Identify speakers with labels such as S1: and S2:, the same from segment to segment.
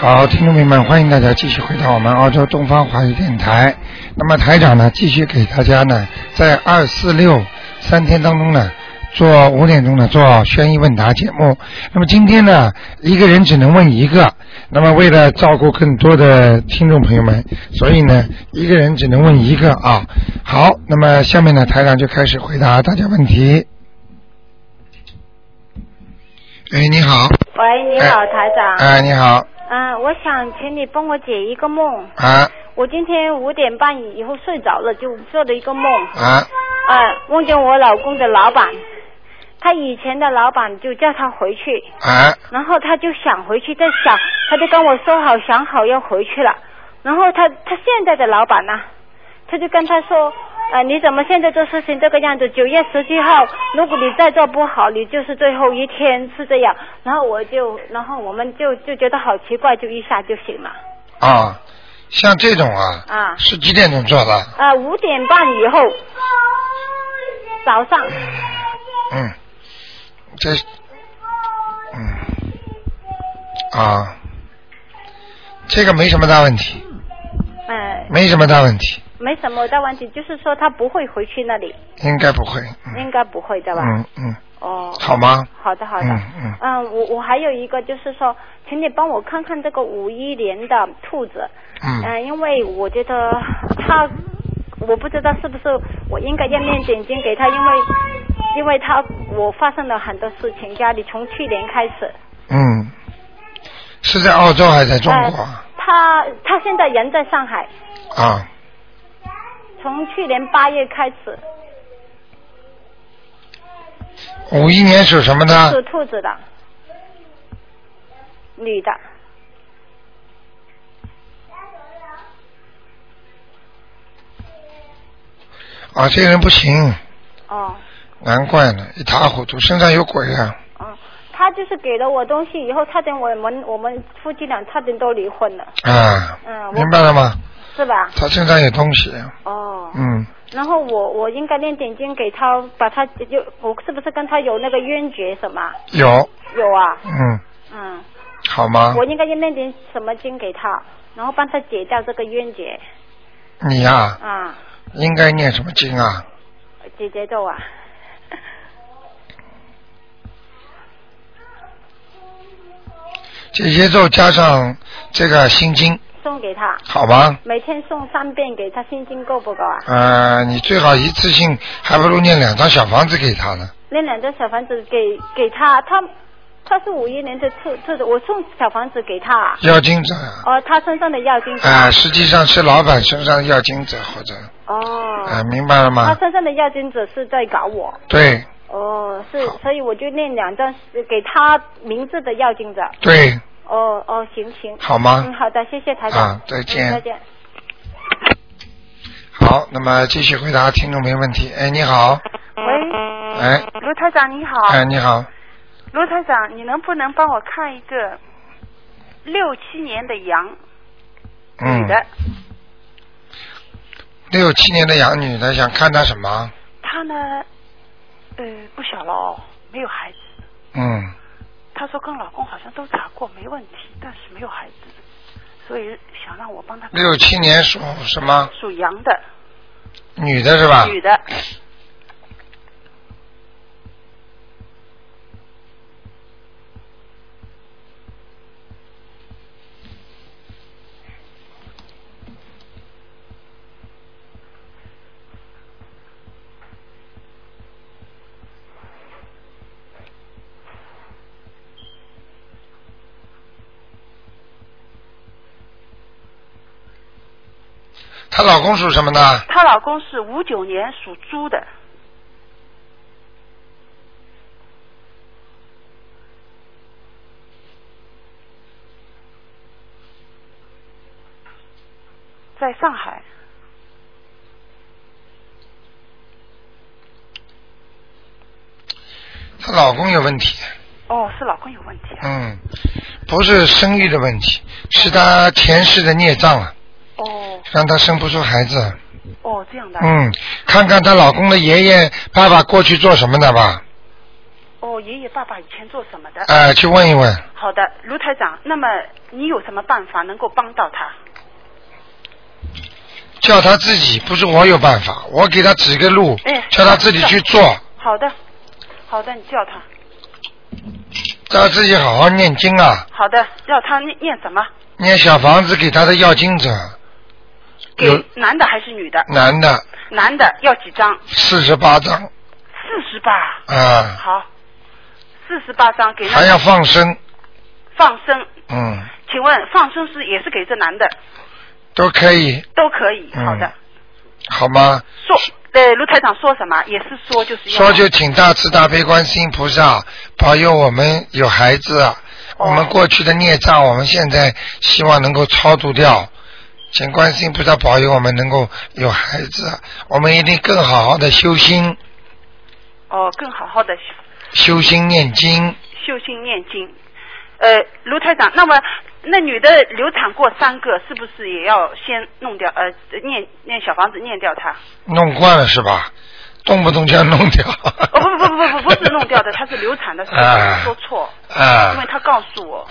S1: 好，听众朋友们，欢迎大家继续回到我们澳洲东方华语电台。那么台长呢，继续给大家呢，在二四六三天当中呢，做五点钟呢做悬疑问答节目。那么今天呢，一个人只能问一个。那么为了照顾更多的听众朋友们，所以呢，一个人只能问一个啊。好，那么下面呢，台长就开始回答大家问题。哎，你好，
S2: 喂，你好，台长。
S1: 哎，你好，
S2: 啊，我想请你帮我解一个梦。
S1: 啊
S2: 我今天五点半以后睡着了，就做了一个梦，
S1: 啊。
S2: 啊，梦见我老公的老板，他以前的老板就叫他回去，
S1: 啊
S2: 然后他就想回去，在想，他就跟我说好，想好要回去了。然后他他现在的老板呢、他就跟他说，呃，你怎么现在做事情这个样子？九月十七号，如果你再做不好，你就是最后一天是这样。然后我就，然后我们就就觉得好奇怪，就一下就醒了。
S1: 啊，像这种啊，
S2: 啊
S1: 是几点钟做的？
S2: 呃，五点半以后，早上，
S1: 嗯，这，嗯，啊，这个没什么大问题，
S2: 呃，
S1: 没什么大问题，
S2: 没什么大问题，就是说他不会回去那里，
S1: 应该不会。嗯
S2: 应该不会的吧？
S1: 嗯嗯，
S2: 哦。
S1: 好吗？
S2: 好的，好的。
S1: 嗯嗯
S2: 我我还有一个就是说，请你帮我看看这个五一年的兔子。
S1: 嗯
S2: 呃因为我觉得他，我不知道是不是我应该要念点经给他，因为因为他我发生了很多事情，家里从去年开始。
S1: 嗯，是在澳洲还是在中国
S2: 呃、他他现在人在上海，
S1: 啊？
S2: 从去年八月开始
S1: 五一年属什么
S2: 属
S1: 的？
S2: 兔子的，女的。
S1: 啊，这个人不行，
S2: 哦。
S1: 难怪呢，一塌糊涂，身上有鬼啊！
S2: 嗯，他就是给了我东西以后，差点我们我们夫妻俩差点都离婚了，
S1: 啊，
S2: 嗯我
S1: 明白了吗？
S2: 是吧？
S1: 他身上有东西，
S2: 哦，
S1: 嗯。
S2: 然后我我应该念点经给他，把他就我是不是跟他有那个冤结什么？
S1: 有，
S2: 有啊，
S1: 嗯，
S2: 嗯，
S1: 好吗
S2: 我？应该念点什么经给他，然后帮他解掉这个冤结
S1: 你呀、
S2: 啊，
S1: 应该念什么经啊？
S2: 姐姐咒啊，
S1: 解结咒加上这个心经，
S2: 送给他，
S1: 好啊吗？
S2: 每天送三遍给他，心经够不够啊？
S1: 呃，你最好一次性，还不如念两张小房子给他呢。
S2: 那两个小房子给给他，他他是五一年的兔兔子，我送小房子给他啊、
S1: 要啊经者，啊、
S2: 哦，他身上的药精子。
S1: 实际上是老板身上的要经者，或者，
S2: 哦。
S1: 呃，明白了
S2: 他
S1: 吗？
S2: 身上的药精子是在搞我。
S1: 对
S2: 哦，是，所以我就念两张给他名字的药精子。
S1: 对，
S2: 哦哦，行行。
S1: 好吗
S2: 嗯，好的，谢谢台长。
S1: 啊再见
S2: 嗯再见。
S1: 好，那么继续回答听众朋友问题。哎，你好，
S3: 喂，
S1: 哎，
S3: 卢台长你好，
S1: 哎，你好，
S3: 卢台长，你能不能帮我看一个六七年的羊女
S1: 嗯，
S3: 的，
S1: 六七年的养女的，想看她什么？
S3: 她呢，呃，不小了哦，没有孩子。
S1: 嗯，
S3: 她说跟老公好像都查过没问题，但是没有孩子，所以想让我帮她看
S1: 六七年属什么？
S3: 属羊的
S1: 女的是吧？
S3: 女的，
S1: 她老公属什么的？
S3: 她老公是五九年属猪的，在上海。
S1: 她老公有问题，
S3: 哦，是老公有问题啊。
S1: 嗯，不是生育的问题，是她前世的孽障啊，
S3: 哦
S1: 让她生不出孩子。
S3: 哦，这样的啊。
S1: 嗯，看看她老公的爷爷、爸爸过去做什么的吧。
S3: 哦，我爷爷爸爸以前做什么的。
S1: 哎、去问一问。
S3: 好的，卢台长，那么你有什么办法能够帮到他？
S1: 叫他自己，不是我有办法，我给他指个路，
S3: 哎
S1: 叫他自己去做，
S3: 好的，好的，你叫他。
S1: 叫他自己好好念经啊，
S3: 好的，要他念念什么？
S1: 念小房子给他的要经者，有
S3: 给男的还是女的？
S1: 男的
S3: 男的要几张？
S1: 四十八张
S3: 四十八。
S1: 啊，
S3: 好，四十八张给
S1: 还
S3: 那
S1: 要放生，
S3: 放生。
S1: 嗯，
S3: 请问放生是也是给这男的
S1: 都可以，
S3: 都可以？
S1: 嗯
S3: 好的，
S1: 好吗？
S3: 说呃卢台长说什么也是说就是要
S1: 说就请大慈大悲观世音菩萨保佑我们有孩子啊，
S3: 哦
S1: 我们过去的孽障，我们现在希望能够超度掉。请观世音菩萨保佑我们能够有孩子，啊我们一定更好好的修心、
S3: 哦更好好的
S1: 修心念经。
S3: 修心念经。呃，卢台长，那么那女的流产过三个，是不是也要先弄掉？呃，念念小房子念掉她？
S1: 弄惯了是吧？动不动就要弄 掉。
S3: 哦，不不不不不，不是弄掉的，她是流产的时
S1: 啊
S3: 候说错，因为
S1: 啊。
S3: 她告诉我，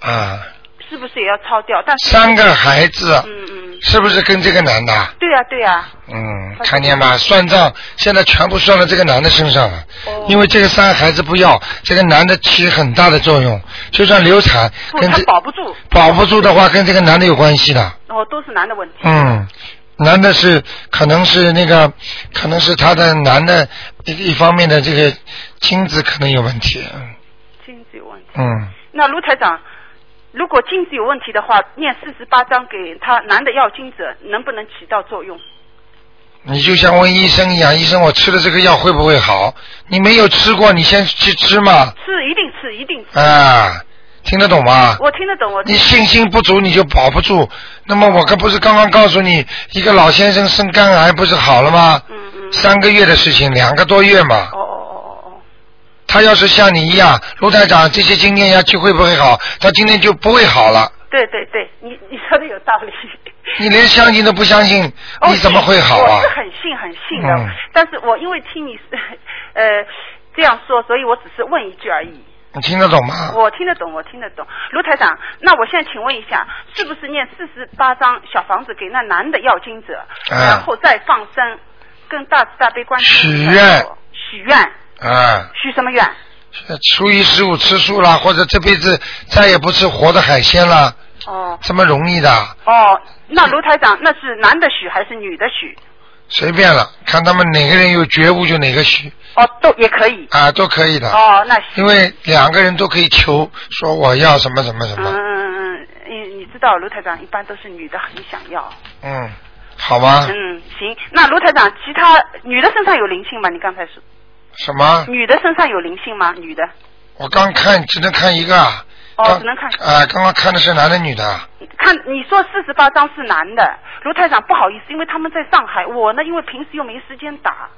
S1: 啊，
S3: 是不是也要抄掉？但是
S1: 三个孩子啊
S3: 嗯嗯，
S1: 是不是跟这个男的？
S3: 对呀、对呀、
S1: 嗯，看见吧，算账现在全部算到这个男的身上了，
S3: 哦
S1: 因为这个三个孩子不要，这个男的起很大的作用，就算流产
S3: 不，
S1: 跟
S3: 她
S1: 这
S3: 保不住，
S1: 保不住的话，跟这个男的有关系的。
S3: 哦，都是男的问题。
S1: 嗯，男的是可能是那个，可能是他的男的一一方面的这个精子可能有问题。
S3: 精子有问题。
S1: 嗯，
S3: 那卢台长，如果精子有问题的话，念四十八章给他男的要精者，能不能起到作用？
S1: 你就像问医生一样，医生我吃的这个药会不会好？你没有吃过，你先去吃嘛。
S3: 吃一定吃，一定吃。
S1: 啊，听得懂吗？
S3: 我听得懂，我
S1: 你信心不足，你就保不住。那么我可不是刚刚告诉你，一个老先生生肝癌不是好了吗？
S3: 嗯嗯。
S1: 三个月的事情，两个多月嘛。
S3: 哦哦哦
S1: 他要是像你一样，卢台长这些经验下去会不会好？他今天就不会好了。
S3: 哦，对对对，你你说的有道理。
S1: 你连相信都不相信，
S3: 哦
S1: 你怎么会好啊
S3: 我是？很信很信的，
S1: 嗯
S3: 但是 我因为听你呃这样说，所以我只是问一句而已。
S1: 你听得懂吗？
S3: 我听得懂，我听得懂。卢台长，那我现在请问一下，是不是念四十八张小房子给那男的要经者，
S1: 嗯
S3: 然后再放生，跟大慈大悲观世音菩萨
S1: 许愿
S3: 说许愿，
S1: 啊，
S3: 许什么愿？
S1: 初一十五吃素啦，或者这辈子再也不吃活的海鲜啦，
S3: 哦
S1: 这么容易的？
S3: 哦，那卢台长，那是男的许还是女的许？
S1: 随便了，看他们哪个人有觉悟就哪个许
S3: 哦，都也可以。
S1: 啊，都可以的。
S3: 哦，那行
S1: 因为两个人都可以求说我要什么什么什
S3: 嗯
S1: 么，
S3: 嗯嗯，嗯，你你知道卢台长一般都是女的很想要。
S1: 嗯，好吗？
S3: 嗯，行，那卢台长，其他女的身上有灵性吗？你刚才说
S1: 什么？
S3: 女的身上有灵性吗？女的？
S1: 我刚看只能看一个啊。
S3: 哦
S1: 刚
S3: 只能看
S1: 啊，刚刚看的是男的啊女的？
S3: 看你说四十八张是男的，卢台长不好意思，因为他们在上海，我呢因为平时又没时间打，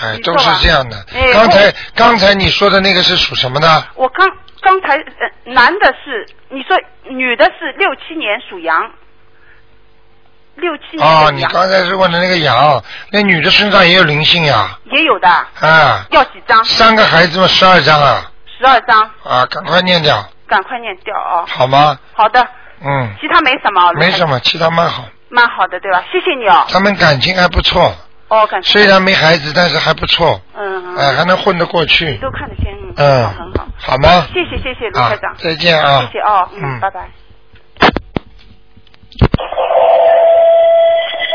S1: 哎，
S3: 你说
S1: 都
S3: 吧
S1: 是这样的。
S3: 哎
S1: 刚才
S3: 我
S1: 刚才你说的那个是属什么的？
S3: 我刚刚才呃男的是你说女的是六七年属羊，六七年
S1: 哦，
S3: 的
S1: 你
S3: 羊、
S1: 刚才是问的那个羊，那女的身上也有灵性呀、
S3: 也有的，
S1: 啊，
S3: 要几张？
S1: 三个孩子嘛，十二张啊，
S3: 十二张，
S1: 啊，赶快念掉，
S3: 赶快念掉哦。
S1: 好吗？
S3: 好的，
S1: 嗯，
S3: 其他没什么，卢台
S1: 没什么，其他蛮好，
S3: 蛮好的对吧？谢谢你哦，
S1: 他们感情还不错，
S3: 哦，感谢，
S1: 虽然没孩子，但是还不错，
S3: 嗯，
S1: 哎、还能混得过去
S3: 你，都看得见，嗯，
S1: 嗯，
S3: 很好，很好，
S1: 好吗？
S3: 谢谢谢谢卢
S1: 啊
S3: 台长，，
S1: 再见啊，
S3: 谢谢哦，嗯，
S1: 嗯
S3: 拜拜。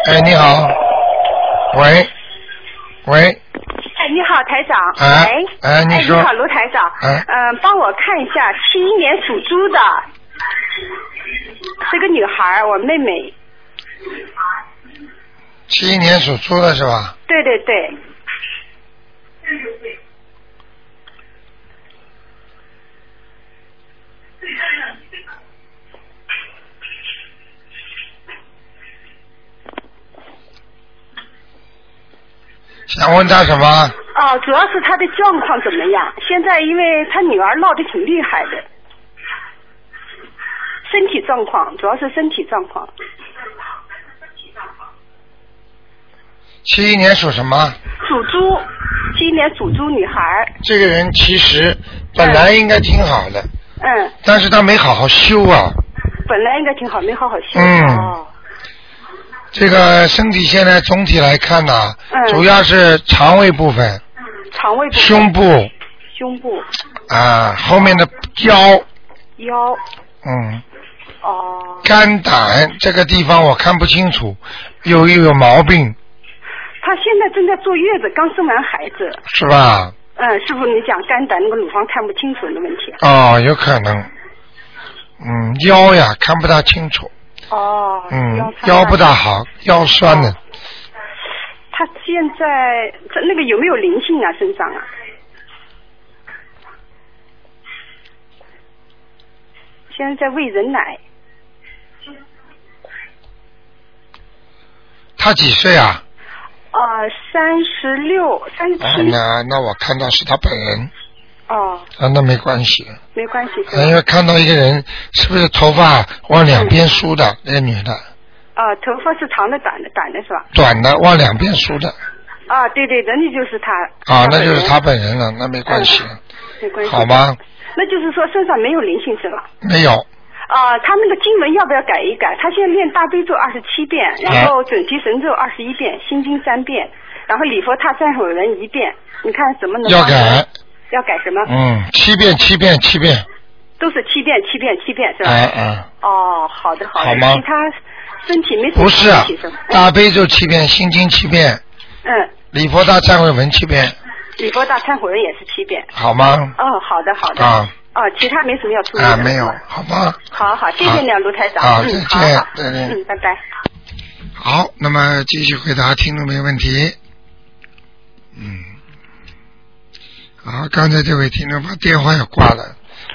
S1: 哎，你好，喂，喂，
S4: 哎，你好，台长。
S1: 哎
S4: 喂
S1: 哎你说
S4: 好，卢台长。
S1: 哎
S4: 嗯、帮我看一下，七一年属猪的，是个女孩儿，我妹妹。
S1: 七一年属猪的是吧？
S4: 对对对，
S1: 想问他什么？
S4: 哦，主要是她的状况怎么样？现在因为她女儿闹得挺厉害的，身体状况主要是身体状况。
S1: 七一年属什么？
S4: 属猪，今年属猪女孩儿，
S1: 这个人其实本来应该挺好的，
S4: 嗯，
S1: 但是他没好好修啊，
S4: 本来应该挺好，没好好修。
S1: 嗯
S4: 哦，
S1: 这个身体现在总体来看呢、
S4: 嗯
S1: 主要是肠胃部分、
S4: 肠胃部分、
S1: 胸部
S4: 胸部、
S1: 啊，后面的腰，
S4: 腰，
S1: 嗯，
S4: 哦，
S1: 肝胆这个地方我看不清楚，有又有毛病
S4: 她现在正在坐月子，刚生完孩子。
S1: 是吧？
S4: 嗯，师傅，你讲肝胆那个乳房看不清楚的问题。
S1: 哦，有可能，嗯，腰呀看不大清楚，
S4: 哦，
S1: 嗯，腰
S4: 腰
S1: 不大。哦好，腰酸的，
S4: 她现在这那个有没有灵性啊？身上啊？现在在喂人奶，
S1: 他几岁啊？
S4: 啊、三十六，三十
S1: 啊，
S4: 七，
S1: 那那我看到是他本人
S4: 哦，
S1: 啊，那没关系，
S4: 没关系，是吧
S1: 因为哎看到一个人是不是头发往两边梳的，那个女的
S4: 啊、头发是长的、短的，短的是吧？
S1: 短的往两边梳的
S4: 啊，对对，人家就是他。
S1: 啊，
S4: 本
S1: 那就是
S4: 人
S1: 他，本人了，那没关系，
S4: 没关系。
S1: 好？吗？
S4: 那就是说身上没有灵性是吧？
S1: 没有，
S4: 啊，他那个经文要不要改一改？他现在练大悲咒二十七遍，然后准提神咒二十一遍，心经三遍，然后礼佛大忏悔文一遍。你看怎么能
S1: 要
S4: 帮他
S1: 改，？
S4: 要改什么？
S1: 嗯，七遍七遍七遍，
S4: 都是七遍，七遍，七遍是吧？
S1: 啊啊，
S4: 哦，好的好的。
S1: 好吗
S4: 其他身体没什么
S1: 不是啊
S4: 问题是吧？
S1: 大悲咒七遍，心经七遍，
S4: 嗯，
S1: 礼佛大忏悔文七遍，
S4: 礼佛大忏悔文也是七遍。
S1: 好吗？
S4: 哦，好的好的。
S1: 啊
S4: 哦，其他没什么要注意的。
S1: 啊，没有
S4: 是吧，
S1: 好吗？
S4: 好好，谢谢你啊，卢台长。
S1: 好再
S4: 嗯，好
S1: 见
S4: 好
S1: 再见
S4: 嗯，拜拜。
S1: 好，那么继续回答听众没问题。嗯，好，刚才这位听众把电话也挂了。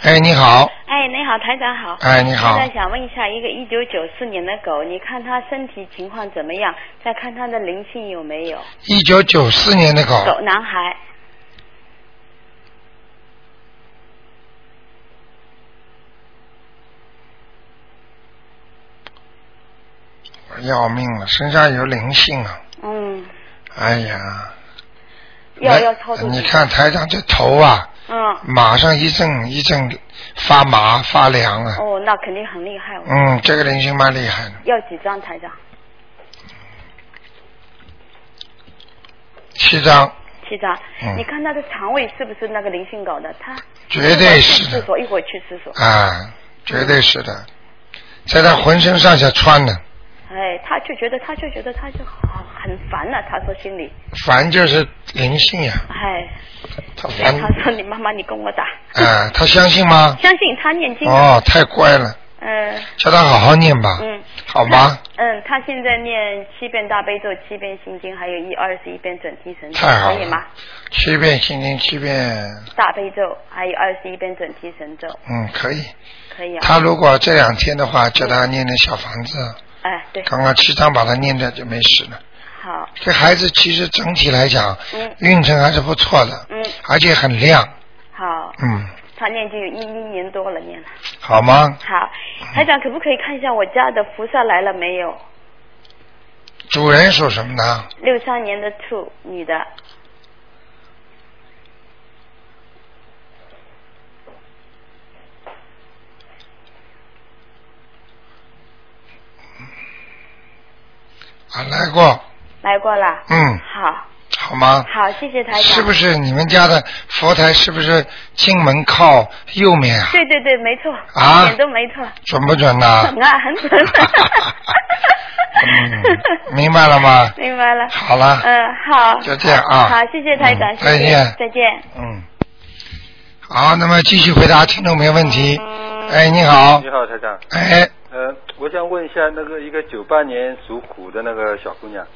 S1: 哎，你好，
S5: 哎，你好，台长好。
S1: 哎，你好
S5: 现，在想问一下，一个一九九四年的狗，你看它身体情况怎么样？再看它的灵性有没有？
S1: 一九九四年的狗，
S5: 狗男孩，
S1: 要命了，身上有灵性啊！
S5: 嗯，
S1: 哎呀，
S5: 要
S1: 来
S5: 要操作。
S1: 你看台长这头啊，
S5: 嗯，
S1: 马上一阵一阵发麻发凉啊。
S5: 哦，那肯定很厉害。
S1: 嗯，这个灵性蛮厉害的，
S5: 要几张台长？
S1: 七张
S5: 七张。
S1: 嗯
S5: 你看它的肠胃是不是那个灵性狗的？它
S1: 绝对是
S5: 厕
S1: 的
S5: 所一会儿去厕所。
S1: 啊，绝对是的，在他浑身上下穿的。
S5: 哎，他就觉得，他就觉得，他就好很烦了、他说心里，
S1: 烦就是灵性呀、
S5: 哎，
S1: 他烦
S5: 他说你妈妈，你跟我打。
S1: 啊，他相信吗？
S5: 相信啊他念经。
S1: 哦，太乖了，
S5: 嗯
S1: 叫他好好念吧，
S5: 嗯。
S1: 好吗？
S5: 嗯，他现在念七遍大悲咒，七遍心经，还有一二十一遍准提神咒，
S1: 太好
S5: 可以
S1: 了
S5: 吗？，
S1: 七遍心经，七遍，
S5: 大悲咒还有二十一遍准提神咒，
S1: 嗯，可以。
S5: 可以啊。
S1: 他如果这两天的话，叫他念念小房子，
S5: 哎，对，
S1: 刚刚七章把它念掉就没事了。
S5: 好，
S1: 这孩子其实整体来讲，
S5: 嗯
S1: 运程还是不错的，
S5: 嗯，
S1: 而且很亮，
S5: 好，
S1: 嗯，
S5: 他念经有一一年多了，念了。
S1: 好吗？
S5: 好，台长可不可以看一下我家的菩萨来了没有？
S1: 主人属什么呢？
S5: 六三年的兔女的，
S1: 啊，来过，
S5: 来过啦。
S1: 嗯，
S5: 好，
S1: 好吗？
S5: 好，谢谢台长。
S1: 是不是你们家的佛台是不是进门靠右面 啊？
S5: 对对对，没错，
S1: 啊
S5: 一点都没错，
S1: 准不准呐、
S5: 很啊，很准。
S1: 嗯，明白了吗？
S5: 明白了。
S1: 好了，
S5: 嗯，好。
S1: 就这样啊
S5: 好，谢谢台长，
S1: 嗯
S5: 谢谢
S1: 再见
S5: 再见。
S1: 嗯，好，那么继续回答听众没问题。哎，你好
S6: 你，好，台长。
S1: 哎，
S6: 呃，我想问一下，那个一个九八年属虎的那个小姑娘，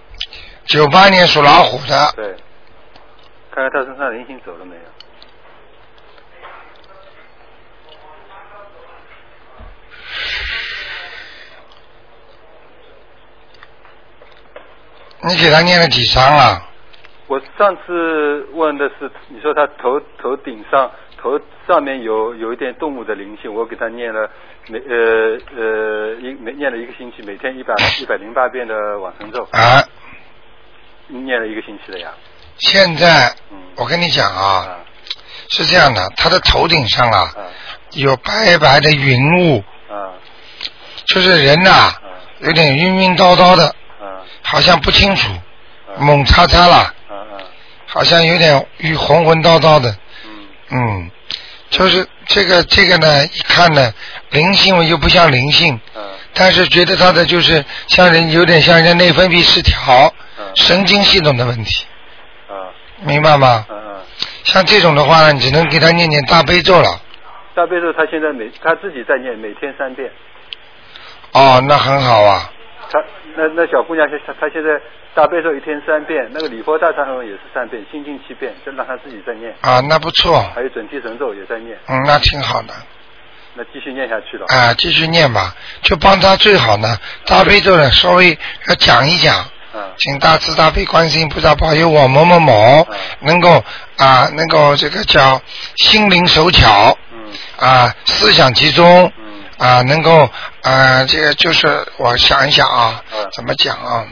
S1: 九八年属老虎的，
S6: 对，看看她身上灵性走了没有？
S1: 你给他念了几张啊了？
S6: 我上次问的是，你说她头头顶上头上面有有一点动物的灵性，我给她念了每呃呃一每念了一个星期，每天 一百一百零八遍的往生咒，
S1: 啊，
S6: 念了一个星期了呀。
S1: 现在
S6: 嗯，
S1: 我跟你讲啊，
S6: 啊
S1: 是这样的，他的头顶上啊
S6: 啊
S1: 有白白的云雾，
S6: 啊
S1: 就是人呐、
S6: 嗯
S1: 有点晕晕叨叨的，
S6: 啊
S1: 好像不清楚，
S6: 啊
S1: 猛叉叉啦，
S6: 啊啊，
S1: 好像有点晕浑浑叨叨的，
S6: 嗯
S1: 嗯，就是这个这个呢，一看呢，灵性又不像灵性，
S6: 嗯
S1: 但是觉得他的就是像人有点像人家内分泌失调，
S6: 嗯
S1: 神经系统的问题，
S6: 啊
S1: 明白吗？
S6: 嗯嗯。
S1: 像这种的话呢，你只能给他念念大悲咒了。
S6: 大悲咒他现在每他自己在念，每天三遍。
S1: 哦，那很好啊。
S6: 他那那小姑娘现她她现在大悲咒一天三遍，那个礼佛大忏悔文也是三遍，心经七遍，就让她自己在念，
S1: 啊，那不错，
S6: 还有准提神咒也在念，
S1: 嗯，那挺好的，
S6: 那继续念下去了。
S1: 啊，继续念吧，就帮他最好呢，大悲咒呢稍微要讲一讲，
S6: 嗯
S1: 请大慈大悲观世音菩萨保佑我某某某
S6: 嗯
S1: 能够啊能够这个叫心灵手巧
S6: 嗯
S1: 啊思想集中
S6: 嗯
S1: 啊能够啊这个就是我想一想啊
S6: 嗯
S1: 怎么讲啊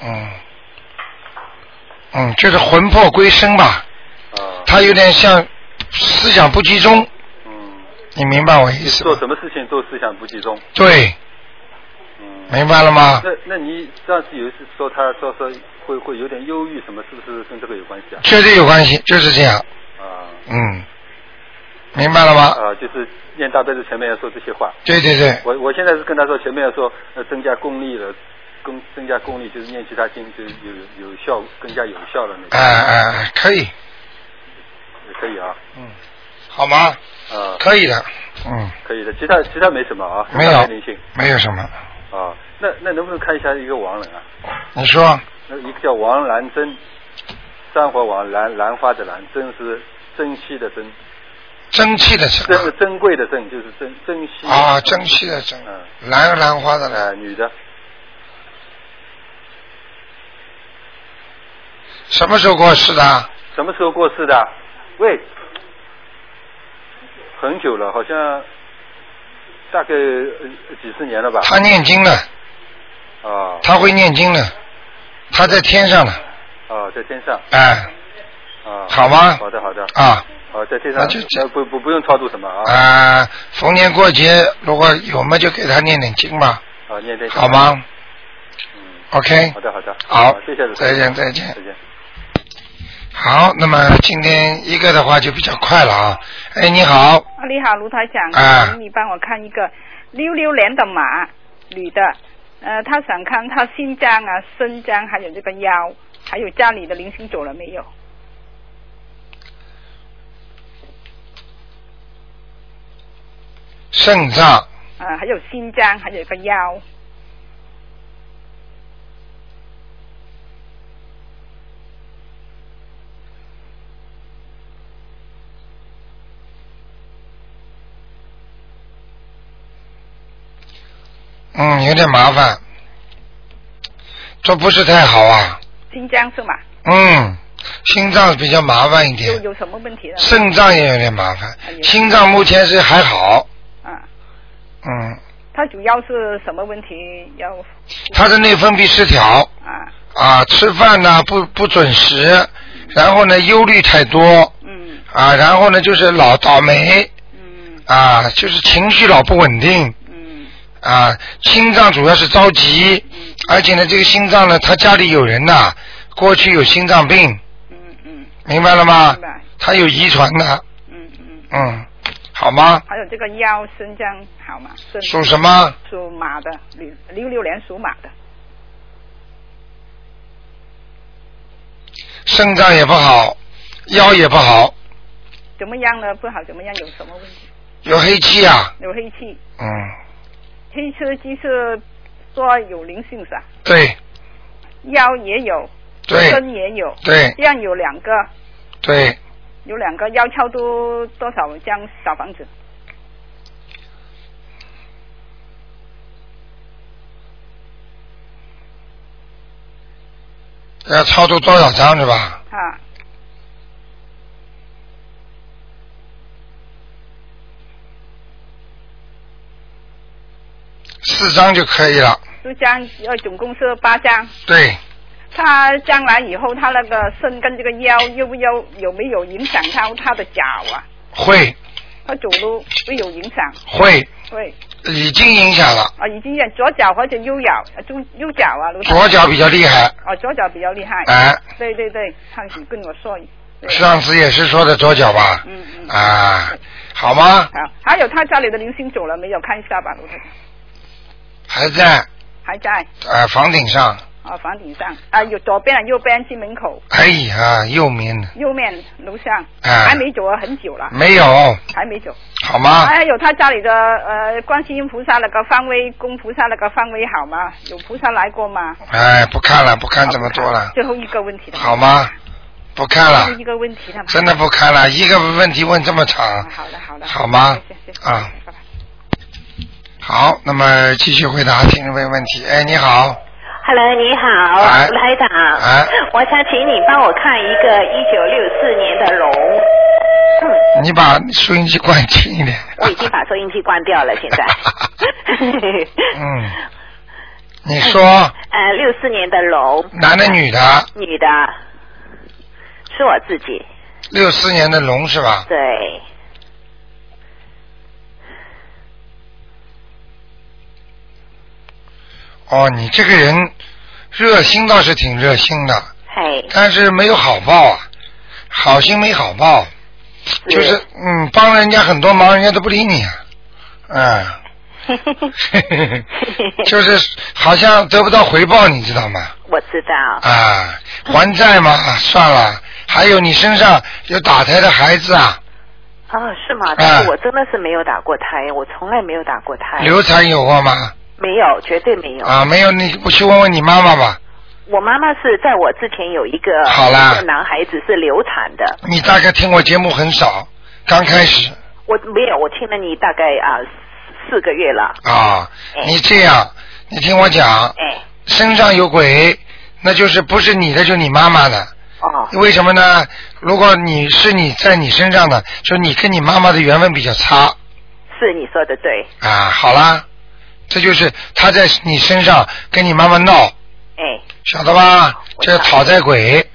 S1: 嗯嗯就是魂魄归生吧，
S6: 啊
S1: 他有点像思想不集中，
S6: 嗯，
S1: 你明白我意思
S6: 做
S1: 吗
S6: 什？么事情都思想不集中。
S1: 对，
S6: 嗯，
S1: 明白了吗？
S6: 那那你上次有一次说她说说会会有点忧郁什么，是不是跟这个有关系啊？
S1: 绝对有关系，就是这样，
S6: 啊
S1: 嗯，明白了吗？
S6: 啊，就是念大悲咒前面要说这些话。
S1: 对对对，
S6: 我我现在是跟他说，前面要说呃增加功力了，更增加功力就是念其他经就是有有效，更加有效了那
S1: 哎、
S6: 个，
S1: 哎、可以，
S6: 也可以啊，
S1: 嗯，好吗？
S6: 啊、
S1: 可以的，嗯，
S6: 可以的，其他其他没什么啊，
S1: 没
S6: 大
S1: 有
S6: 概灵性，
S1: 没有什么。
S6: 啊，那那能不能看一下一个亡人啊？
S1: 你说
S6: 那一个叫王兰珍，山火王兰兰花的兰，珍是珍惜的珍，
S1: 蒸汽的蒸
S6: 珍珍贵的珍就是珍珍惜
S1: 啊，蒸汽的蒸
S6: 嗯，
S1: 兰兰花的兰，
S6: 呃女的，
S1: 什么时候过世的？
S6: 什么时候过世的？喂，很久了，好像大概呃几十年了吧？
S1: 他念经了，
S6: 啊
S1: 他会念经了，他在天上了，
S6: 啊，在天上
S1: 哎，
S6: 啊。
S1: 好吗
S6: 好的，好的。
S1: 啊。
S6: 好，在天上
S1: 那就这
S6: 呃不不不用超度什么啊
S1: 啊、逢年过节如果有嘛，就给他念念经吧，
S6: 啊，念天上
S1: 好？吗
S6: 嗯，
S1: ？OK，
S6: 好的，好的。
S1: 好
S6: 谢谢，
S1: 再见再见
S6: 再见。
S1: 好，那么今天一个的话就比较快了啊。哎，你好，
S7: 啊你好，卢台长，
S1: 啊
S7: 请你帮我看一个六六年的马，女的，呃，她想看她心脏啊、肾脏，还有这个腰，还有家里的零星走了没有？
S1: 肾脏
S7: 啊，还有心脏，还有一个腰，
S1: 嗯有点麻烦，这不是太好啊。
S7: 心脏是吗？
S1: 嗯，心脏比较麻烦一
S7: 有
S1: 点，
S7: 有什么问题呢？
S1: 肾脏也有点麻烦
S7: 哎，呦
S1: 心脏目前是还好，
S7: 啊，
S1: 嗯，
S7: 她主要是什么问题？要
S1: 他的内分泌失调
S7: 啊，
S1: 啊，吃饭呢不不准时，然后呢忧虑太多
S7: 嗯
S1: 啊，然后呢就是老倒霉
S7: 嗯
S1: 啊，就是情绪老不稳定。
S7: 嗯
S1: 啊，心脏主要是着急，而且呢，这个心脏呢，他家里有人呐、过去有心脏病，
S7: 嗯嗯，
S1: 明白了吗
S7: 明？白，
S1: 他有遗传的，
S7: 嗯嗯，
S1: 嗯，好吗？
S7: 还有这个腰、肾脏好吗？肾
S1: 属什么？
S7: 属马的，女六六年属马的，
S1: 肾脏也不好，腰也不好，
S7: 怎么样呢？不好，怎么样？有什么问题？
S1: 有黑气啊，
S7: 有黑气，
S1: 嗯，
S7: 黑车鸡是说有灵性是吧？
S1: 对
S7: 腰也有，
S1: 对
S7: 身也有，
S1: 对
S7: 这样有两个，
S1: 对，
S7: 有两个要超度多少张小房子？
S1: 要超度多少张是吧？
S7: 啊，
S1: 四张就可以了，
S7: 就这样，呃，总共是八张。
S1: 对，
S7: 他将来以后他那个身跟这个腰有不有有没有影响到他的脚啊？
S1: 会
S7: 他走路会有影响，
S1: 会
S7: 会
S1: 已经影响了，
S7: 啊，已经有左脚或者右脚，呃中右脚啊，卢台长
S1: 左脚比较厉害，
S7: 哦，左脚比较厉害。
S1: 哎、
S7: 对对对，上次跟我说，对
S1: 上次也是说的左脚吧？
S7: 嗯嗯，
S1: 啊，好吗？
S7: 好，还有他家里的零星走了没有？看一下吧，卢台长，
S1: 还在
S7: 还在
S1: 啊房顶上，
S7: 啊，房顶上啊，有左边啊，右边进门口，
S1: 哎呀，右面
S7: 右面楼上，
S1: 哎
S7: 还没走啊，很久了，
S1: 没有，
S7: 还没走。哎
S1: 好吗？
S7: 还有他家里的呃观世音菩萨那个方位，供菩萨那个方位好吗？有菩萨来过吗？
S1: 哎，不看了，不看这么多了，
S7: 最后一个问题了，
S1: 好吗？不看
S7: 最后
S1: 了
S7: 一，个问题了，
S1: 真的不看了，一个问题问这么
S7: 啊
S1: 长，
S7: 好的好的，
S1: 好吗
S7: 谢谢谢谢
S1: 啊
S7: 拜拜。
S1: 好，那么继续回答听众朋友问题。哎，你好，
S8: Hello，你好，
S1: 哎
S8: 台长。
S1: 哎
S8: 我想请你帮我看一个一九六四年的 龙。嗯，
S1: 你把收音机关轻一点。。
S8: 我已经把收音机关掉了，现在
S1: 嗯， 你说
S8: 呃，六四年的龙，
S1: 男的女的？
S8: 女的，是我自己。
S1: 六四年的龙是吧？
S8: 对，
S1: 哦，你这个人热心倒是挺热心的，
S8: 嘿，
S1: 但是没有好报啊，好心没好报， 就是嗯，帮了人家很多忙，人家都不理你啊，嗯， 就是好像得不到回报，你知道吗？
S8: 我知道。
S1: 啊，还债嘛，啊算了。还有你身上有打胎的孩子啊，
S8: 哦，是吗？但
S1: 哎
S8: 是我真的是没有打过胎，我从来没有打过胎，
S1: 流产有过吗？
S8: 没有，绝对没有。
S1: 啊，没有，你不去问问你妈妈吧？
S8: 我妈妈是在我之前有一个
S1: 好啦
S8: 一个男孩子是流产的，
S1: 你大概听我节目很少，刚开始
S8: 我没有，我听了你大概啊四四个月了。
S1: 啊，你这样，你听我讲，
S8: 哎，
S1: 身上有鬼，那就是不是你的，就是你妈妈的。
S8: 哦，
S1: 为什么呢？如果你是你在你身上的，就你跟你妈妈的缘分比较差
S8: 是你说的对。
S1: 啊。好啦，这就是他在你身上跟你妈妈闹，
S8: 哎，
S1: 晓得吧？
S8: 我
S1: 这
S8: 晓得
S1: 讨债鬼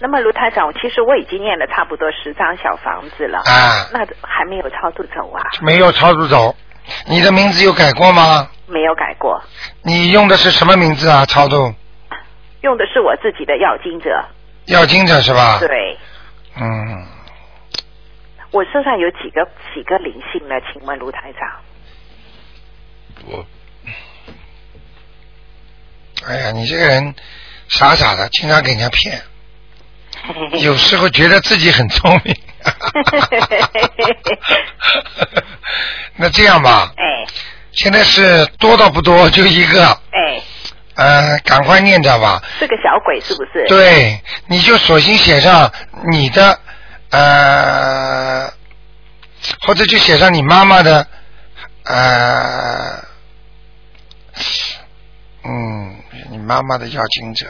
S8: 那么卢台长，其实我已经念了差不多十张小房子了，
S1: 啊，
S8: 那还没有超度走啊，
S1: 没有超度走。你的名字有改过吗？
S8: 没有改过，
S1: 你用的是什么名字啊？超度
S8: 用的是我自己的药经者。
S1: 要经者是吧？
S8: 对，
S1: 嗯，
S8: 我身上有几个几个灵性呢？请问卢台长？
S1: 我，哎呀，你这个人傻傻的，经常给人家骗，有时候觉得自己很聪明。 那这样吧，
S8: 哎
S1: 现在是多到不多，就一个，
S8: 哎，
S1: 呃，赶快念掉吧。
S8: 是个小鬼是不是？
S1: 对，你就索性写上你的，呃，或者就写上你妈妈的，呃，嗯，你妈妈的要经者，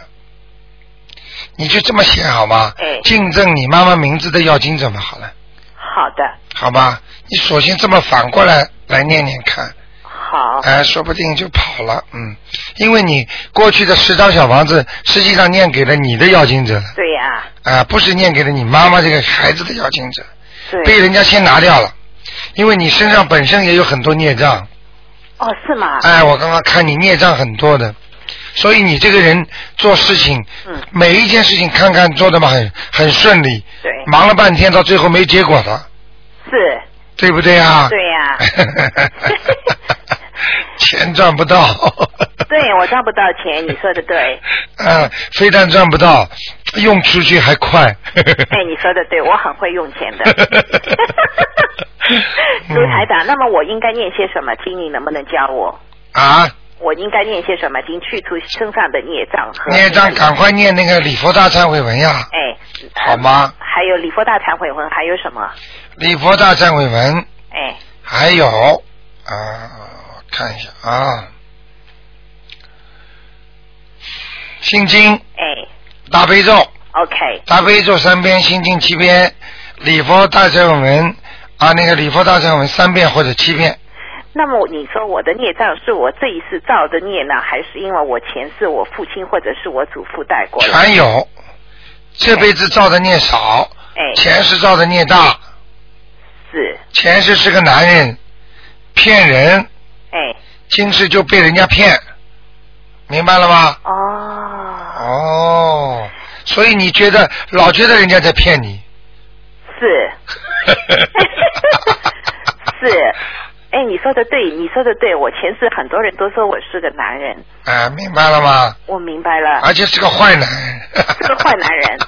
S1: 你就这么写好吗？
S8: 哎
S1: 敬赠你妈妈名字的要经者嘛，好了，
S8: 好的，
S1: 好吧，你索性这么反过来来念念看，
S8: 好，
S1: 哎、说不定就跑了，嗯，因为你过去的十张小房子，实际上念给了你的要经者了。
S8: 对呀、
S1: 啊、不是念给了你妈妈这个孩子的要经者，被
S8: 对，
S1: 人家先拿掉了，因为你身上本身也有很多孽障。
S8: 哦，是吗？
S1: 哎，我刚刚看你孽障很多的，所以你这个人做事情，
S8: 嗯
S1: 每一件事情看看做的嘛很很顺利，
S8: 对，
S1: 忙了半天到最后没结果的，
S8: 是，
S1: 对不对啊？
S8: 对呀、
S1: 钱赚不到。
S8: 对我赚不到钱，你说的对。
S1: 啊，非但赚不到，用出去还快。。
S8: 哎，你说的对，我很会用钱的卢台长，啊那么我应该念些什么经？你能不能教我？
S1: 啊，
S8: 我应该念些什么经去除身上的孽障和
S1: 孽障，赶快念那个礼佛大忏悔文呀，
S8: 哎，
S1: 好吗？
S8: 还有礼佛大忏悔文，还有什么？
S1: 礼佛大忏悔文，
S8: 哎，
S1: 还有啊，我看一下啊，心经、
S8: 哎
S1: 大悲咒、
S8: ，OK，
S1: 大悲咒三遍，心经七遍，礼佛大忏悔文啊，那个礼佛大忏悔文三遍或者七遍，
S8: 那么你说我的孽障是我这一世造的孽呢，还是因为我前世我父亲或者是我祖父带过来？
S1: 全有，这辈子造的孽少，
S8: 哎，
S1: 前世造的孽大，
S8: 是，
S1: 前世是个男人，骗人，
S8: 哎，
S1: 今世就被人家骗，明白了吗？
S8: 哦，
S1: 哦，所以你觉得老觉得人家在骗 你，
S8: 是 是，哎，你说的对，你说的对，我前世很多人都说我是个男人，
S1: 啊，明白了吗？
S8: 我明白了，
S1: 而且是个坏男人，
S8: 是个坏男 人。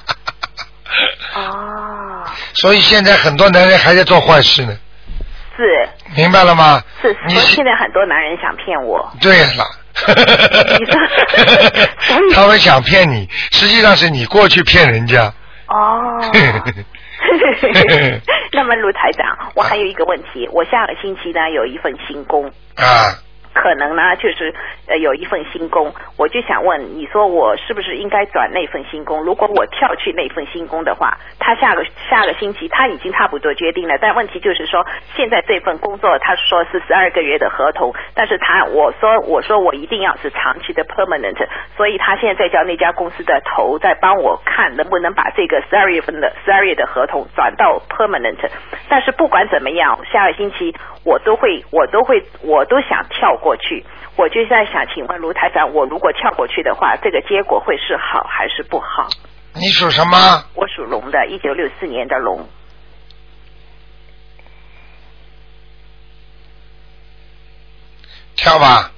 S8: 哦，
S1: 所以现在很多男人还在做坏事呢，
S8: 是
S1: 明白了吗？
S8: 是，所
S1: 你
S8: 以现在很多男人想骗我，
S1: 对了。
S8: 所以
S1: 他们想骗你，实际上是你过去骗人家。
S8: 哦。
S1: 啊
S8: 那么卢台长，我还有一个问题，我下个星期呢有一份新工，
S1: 啊，
S8: 可能呢就是呃有一份新工，我就想问，你说我是不是应该转那份新工？如果我跳去那份新工的话，他下个下个星期他已经差不多决定了，但问题就是说，现在这份工作他说是十二个月的合同，但是他我说我说我一定要是长期的 permanent，所以他现在在叫那家公司的头在帮我看能不能把这个十二月份的十二月的合同转到 permanent，但是不管怎么样，下个星期我都会，我都会，我都想跳过去。我就在想，请问卢台长，我如果跳过去的话，这个结果会是好还是不好？
S1: 你属什么？
S8: 我属龙的，一九六四年的龙。
S1: 跳吧。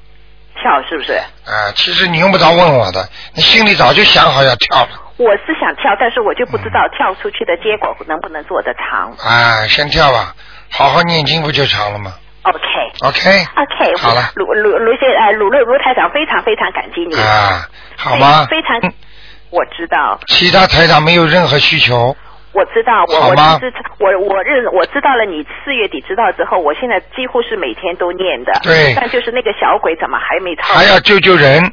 S8: 跳是不是？
S1: 啊，其实你用不着问我的，你心里早就想好要跳了。
S8: 我是想跳，但是我就不知
S1: 嗯
S8: 道跳出去的结果能不能做得长。
S1: 啊，先跳吧，好好念经不就成了吗
S8: OK
S1: ？OK。
S8: OK，
S1: 好了
S8: 卢卢卢先呃卢卢卢台长非常非常感激你，
S1: 啊，好吗？
S8: 非非常
S1: 嗯
S8: 我知道，
S1: 其他台长没有任何需求。
S8: 我知道，我
S1: 好
S8: 我
S1: 吗
S8: 知我我认我知道了你四月底知道之后，我现在几乎是每天都念的。
S1: 对
S8: 但就是那个小鬼怎么还没超？
S1: 还要救救人，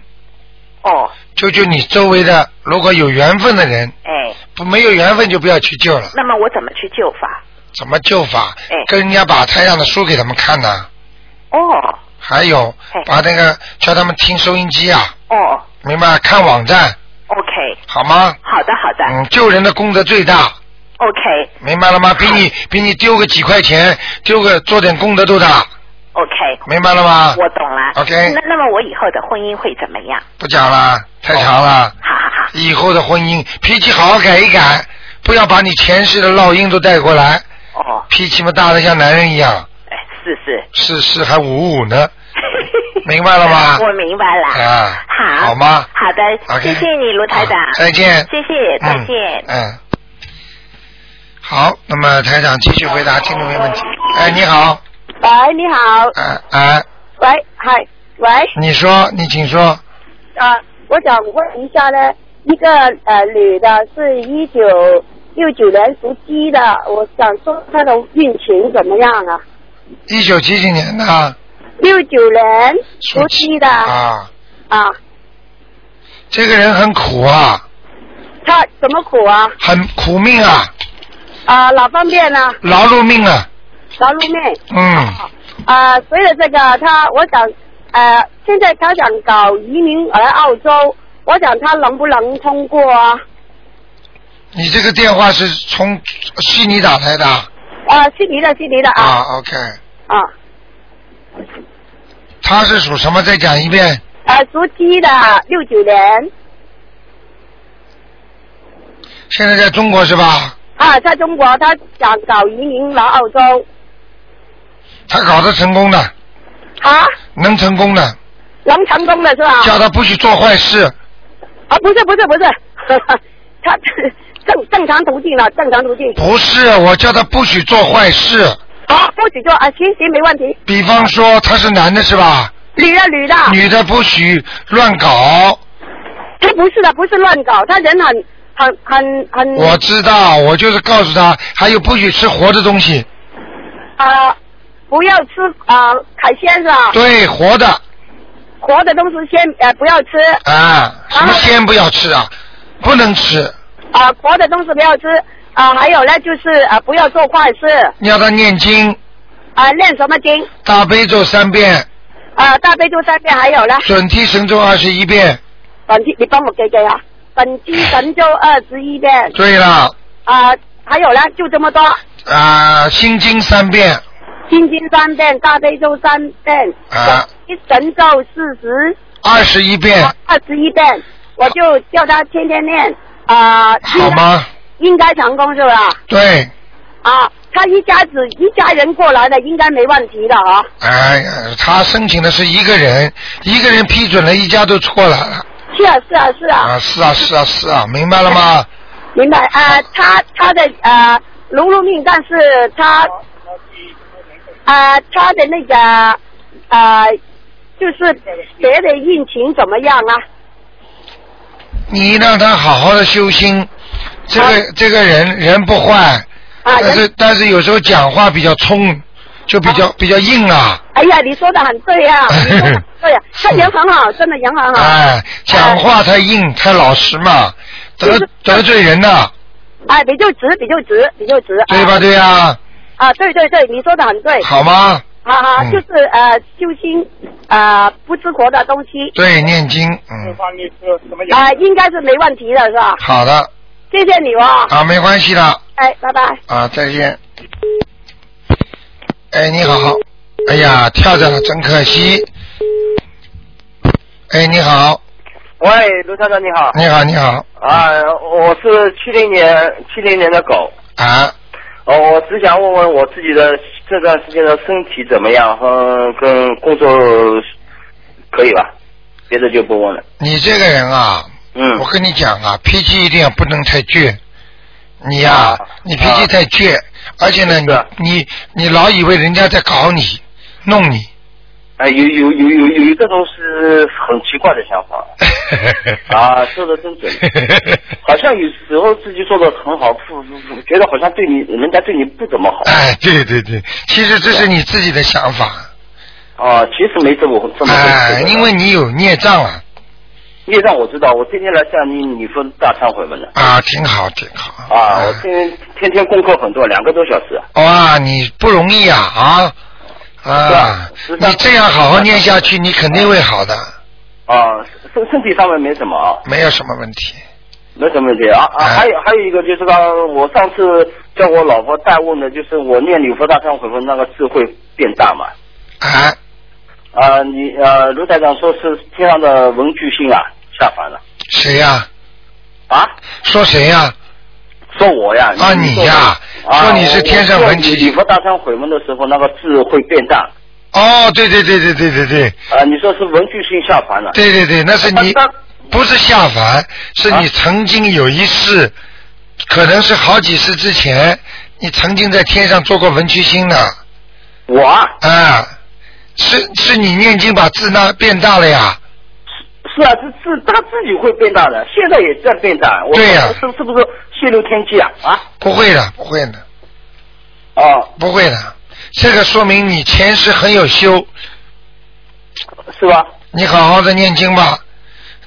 S8: 哦，
S1: 救救你周围的，如果有缘分的人，
S8: 哎，
S1: 不没有缘分就不要去救了。
S8: 那么我怎么去救法？
S1: 怎么救法
S8: 哎？
S1: 跟人家把台上的书给他们看呢、
S8: 哦
S1: 还有
S8: 哎
S1: 把那个叫他们听收音机啊，
S8: 哦
S1: 明白？看网站
S8: ，OK，
S1: 好吗？
S8: 好的好的、
S1: 嗯，救人的功德最大，
S8: o k
S1: 明白了吗？比你比你丢个几块钱，丢个做点功德都大，
S8: OK，
S1: 明白了吗？
S8: 我懂了。
S1: OK
S8: 那那么我以后的婚姻会怎么样？
S1: 不讲了，太长了。
S8: 哦好好好，
S1: 以后的婚姻脾气好好改一改，不要把你前世的烙印都带过来，
S8: 哦，
S1: 脾气嘛大的像男人一样，
S8: 哎，是是。
S1: 是是还五五呢，明白了吗？
S8: 我明白了。
S1: 啊
S8: 好。
S1: 好吗
S8: 好的
S1: OK
S8: 谢谢你，卢台长。
S1: 啊再见
S8: 谢谢，再见。
S1: 嗯。嗯好，那么台长继续回答听众朋友问题。哎，你好，
S9: 喂，你好，
S1: 哎哎，
S9: 喂，嗨，喂，
S1: 你说，你请说，
S9: 啊，我想问一下呢，一个呃女的是一九六九年属鸡的，我想说她的运程怎么样啊？
S1: 一九几几年的？
S9: 六九年属鸡的
S1: 啊，
S9: 啊，
S1: 这个人很苦啊，
S9: 她怎么苦啊？
S1: 很苦命啊，
S9: 啊，哪方面呢？
S1: 劳碌命啊，
S9: 劳碌命
S1: 嗯，
S9: 啊，随着这个她，我想呃，现在她想搞移民来澳洲，我想她能不能通过啊？
S1: 你这个电话是从悉尼打来的啊
S9: 啊，悉尼的，悉尼的
S1: 啊
S9: 啊
S1: ？OK，
S9: 啊，
S1: 他是属什么？再讲一遍，
S9: 呃，属鸡的，六九年。
S1: 现在在中国是吧？
S9: 啊，在中国，他想搞移民来澳洲
S1: 他搞得成功的，
S9: 啊，
S1: 能成功的，
S9: 能成功的是
S8: 啊
S9: 吧？
S1: 叫他不许做坏事，
S9: 啊，不是不是不是，他正正常途径了，正常途径。
S1: 不是，我叫他不许做坏事。
S9: 好，不许做啊，行行，没问题。
S1: 比方说他是男的是吧？
S9: 女的女的，
S1: 女的不许乱搞。
S9: 他不是的，不是乱搞，他人很很很很
S1: 我知道，我就是告诉他，还有不许吃活的东西，
S9: 啊、不要吃啊、呃海鲜是吧？
S1: 对，活的
S9: 活的东西先呃不要吃
S1: 啊，什么鲜不要吃啊，不能吃，
S9: 啊、活呃的东西不要吃啊、还有呢就是啊、呃不要做坏事
S1: 你要他念经，
S9: 啊，念什么经？
S1: 大悲咒三遍，
S9: 啊，大悲咒三遍，还有呢？
S1: 准提神咒二十一遍。
S9: 本地，你帮我给给啊，本地神咒二十一遍。
S1: 对了，
S9: 啊，还有呢，就这么多，
S1: 啊、心经三遍，
S9: 心经三遍，大悲咒三遍，
S1: 啊、
S9: 一神咒四十
S1: 二十一遍，
S9: 二十一遍，我就叫他天天念，啊、
S1: 好吗？
S9: 应该成功是吧？
S1: 对，
S9: 啊，他一家子一家人过来的，应该没问题的啊。
S1: 哎呀，他申请的是一个人，一个人批准了，一家都错了。
S9: 是啊，是啊，是啊，
S1: 啊，是啊，是啊，是啊，明白了吗？
S9: 明白啊、他他的呃龙入命，但是他啊、他的那个啊、就是别的运情怎么样啊？
S1: 你让他好好的修心，这个、这个人人不坏，
S9: 啊
S1: 但是但是有时候讲话比较冲，就比较、比较硬啊，
S9: 哎呀，你说的很对啊，你说的很对、啊，他人很好，真的人很 好。
S1: 哎，讲话太硬太老实嘛，得得罪人呐、
S9: 哎，比较直，比较直，比较直。
S1: 对吧？对呀、
S9: 啊，对对对，你说的很对。
S1: 好吗？
S9: 啊啊，
S1: 嗯
S9: 就是呃，修心呃，不吃活的东西。
S1: 对，念经，嗯，
S9: 啊、应该是没问题的是吧？
S1: 好的，
S9: 谢谢你哦。
S1: 啊，没关系的，
S9: 哎，拜拜。
S1: 啊，再见。哎，你好，哎呀，跳掉了，真可惜。哎，你好，
S10: 喂，哎卢站长你好。
S1: 你好，你好，
S10: 啊，我是七零年七零年的狗。
S1: 啊。
S10: 哦，我只想问问我自己的这段时间的身体怎么样和跟工作可以吧？别的就不问了。
S1: 你这个人啊，
S10: 嗯，
S1: 我跟你讲啊，脾气一定要不能太倔。你呀、你脾气太倔，而且呢，你你你老以为人家在搞你、弄你，
S10: 哎，有有有有有这种是很奇怪的想法。啊，说的真 准，好像有时候自己做的很好，不不不，觉得好像对你人家对你不怎么好。
S1: 哎，对对对，其实这是你自己的想法，
S10: 啊，其实没这么这么回
S1: 哎
S10: 事，的。
S1: 因为你有孽障啊，
S10: 业障我知道，我天天来向你你说大忏悔文的。
S1: 啊，挺好挺好，
S10: 啊，我天天天天功课很多，两个多小时。啊
S1: 哇，你不容易啊啊啊！你这样好好念下去，你肯定会好的，
S10: 啊，身身体上面没什么啊，
S1: 没有什么问题。
S10: 没什么问题啊
S1: 哎
S10: 啊。还有还有一个就是刚我上次叫我老婆代问的，就是我念礼佛大忏悔文那个字会变大嘛？
S1: 啊。
S10: 啊，你呃，卢台长说是天上的文具星啊下凡了
S1: 谁呀、
S10: 啊？
S1: 说谁呀、
S10: 说我呀？
S1: 啊你呀
S10: 啊
S1: 说你是天上文具
S10: 我我念礼佛大忏悔文的时候，那个字会变大。
S1: 哦，对对对对对对对
S10: 啊，你说是文具星下凡了？
S1: 对对对，那是你
S10: 啊
S1: 不是下凡，是你曾经有一世，可能是好几世之前，你曾经在天上做过文曲星呢。
S10: 我啊，
S1: 啊，是是你念经把字那变大了呀？
S10: 是啊，这自它自己会变大的，现在也在变大。我
S1: 对呀
S10: 是是不是泄露天机啊？啊？
S1: 不会的，不会的。
S10: 哦，
S1: 不会的，这个说明你前世很有修，
S10: 是吧？
S1: 你好好的念经吧。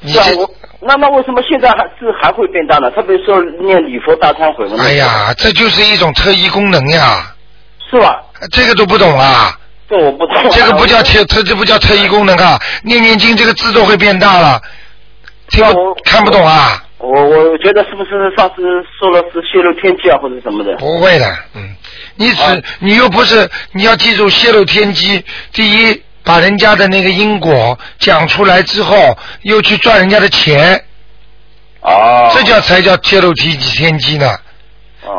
S1: 你
S10: 是啊，我那那为什么现在还字还会变大呢？特别说念礼佛大忏悔文。
S1: 哎，呀，这就是一种特异功能呀。
S10: 是吧？
S1: 这个都不懂啊？
S10: 这我不懂啊。
S1: 这个不叫特特，这不叫特异功能啊！念念经这个字都会变大了，听不看不懂啊？
S10: 我我觉得是不是上次说了是泄露天机啊，或者什么的？啊
S1: 不会的，嗯，你只、你又不是，你要记住泄露天机。第一，把人家的那个因果讲出来之后，又去赚人家的钱，
S10: 哦，
S1: 这叫才叫泄露天机天机呢。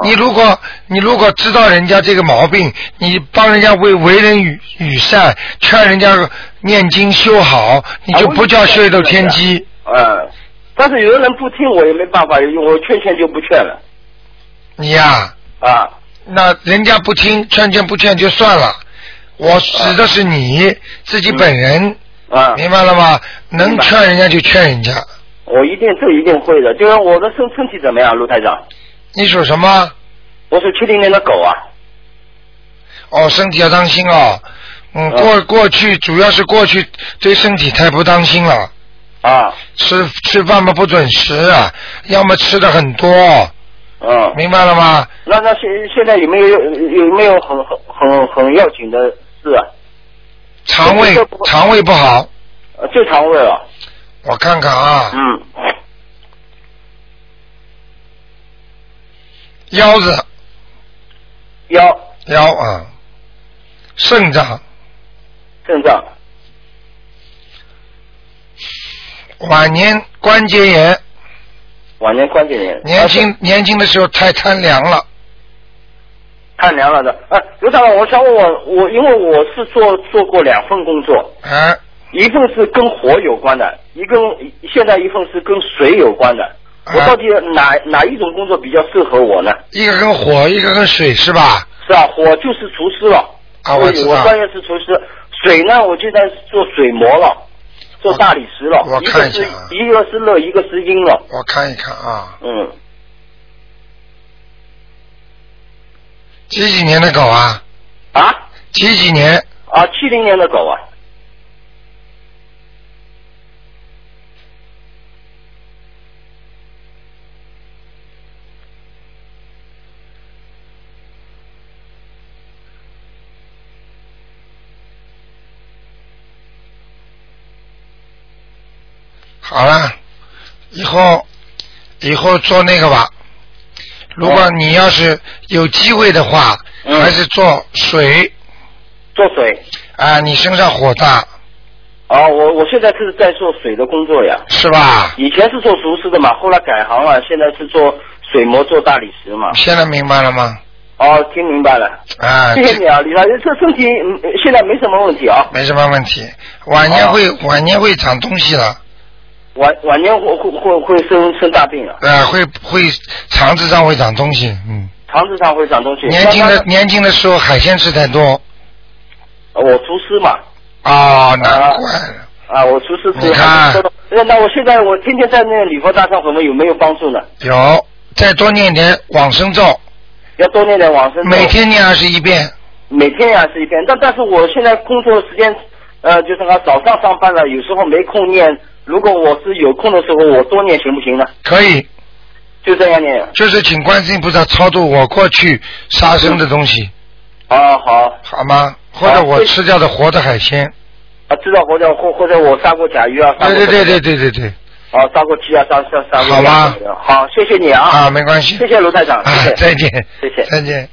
S1: 你如果你如果知道人家这个毛病，你帮人家为为人与与善，劝人家念经修好，你
S10: 啊
S1: 就不叫泄露天机。
S10: 嗯，但是有的人不听我也没办法，我劝劝就不劝了。
S1: 你呀、
S10: 啊，
S1: 那人家不听，劝劝不劝就算了。我指的是你、自己本人，
S10: 啊，
S1: 明白了吗？能
S10: 明白
S1: 劝人家就劝人家。
S10: 我一定这一定会的。就是我的身身体怎么样，卢台长？
S1: 你属什么？
S10: 我是七零年的狗啊。
S1: 哦，身体要当心哦。嗯，
S10: 啊
S1: 过过去主要是过去对身体太不当心了。
S10: 啊。
S1: 吃吃饭嘛不准时啊，要么吃的很多，
S10: 嗯，
S1: 明白了吗？
S10: 那那现现在有没有有没有很很很很要紧的事啊？
S1: 肠胃肠胃不好，
S10: 呃就肠胃了。
S1: 我看看啊，
S10: 嗯，
S1: 腰子
S10: 腰
S1: 腰啊，肾脏、
S10: 肾脏
S1: 晚年关节炎，
S10: 晚年啊关节炎，
S1: 年轻年轻的时候太贪凉了，
S10: 太凉了的。哎、刘长老，我想问问，我因为我是做做过两份工作，
S1: 啊，
S10: 一份是跟火有关的，一跟现在一份是跟水有关的。
S1: 啊
S10: 我到底哪哪一种工作比较适合我呢？
S1: 一个跟火，一个跟水是吧？
S10: 是啊，火就是厨师了。
S1: 啊
S10: 我
S1: 我知道
S10: 专业是厨师。水呢，我现在是做水磨了，做大理石了。
S1: 我看一下啊
S10: 一个是一个是热，一个是阴了。
S1: 我看一看啊，
S10: 嗯，
S1: 几几年的狗啊？
S10: 啊？
S1: 几几年？
S10: 啊，七零年的狗啊，
S1: 好了，以后以后做那个吧。如果你要是有机会的话，还是做水
S10: 嗯做水。
S1: 啊，你身上火大
S10: 啊，我我现在是在做水的工作呀。
S1: 是吧？
S10: 以前是做厨师的嘛，后来改行了，现在是做水磨、做大理石嘛。
S1: 现在明白了吗？
S10: 哦，听明白了，
S1: 啊，
S10: 谢谢你啊，李老师，这身体嗯现在没什么问题啊，
S1: 没什么问题。晚年会、晚年会长东西了，
S10: 晚晚年会会会会生生大病啊，
S1: 呃，会会肠子上会长东西，嗯。
S10: 肠子上会长东西。
S1: 年轻
S10: 慢
S1: 的
S10: 慢
S1: 年轻的时候海鲜吃太多
S10: 呃我厨师嘛，
S1: 啊、难怪了。
S10: 啊，我厨师
S1: 你
S10: 是。
S1: 看
S10: 哎那那我现在我天天在那个礼佛大忏悔文有没有帮助呢？
S1: 有，再多念点往生咒，
S10: 要多念点往生咒。
S1: 每天念二十一遍。
S10: 每天呀是一遍，但但是我现在工作的时间，呃，就是说早上上班了，有时候没空念。如果我是有空的时候，我多念行不行呢？
S1: 可以，
S10: 就这样念。
S1: 就是请观世音菩萨超度我过去杀生的东西，
S10: 啊，好
S1: 好吗？或者
S10: 好
S1: 我
S10: 对
S1: 吃掉的活的海鲜。
S10: 啊，知道或者或或者我杀过甲鱼啊，杀
S1: 对对对
S10: 过什
S1: 对
S10: 么
S1: 对对对，
S10: 哦，杀过鸡啊，杀杀杀过
S1: 好
S10: 鸭
S1: 吧
S10: 什么的好，谢谢你啊。
S1: 啊没关系
S10: 谢谢卢台长，
S1: 啊
S10: 谢谢。
S1: 再见
S10: 谢谢。
S1: 再见。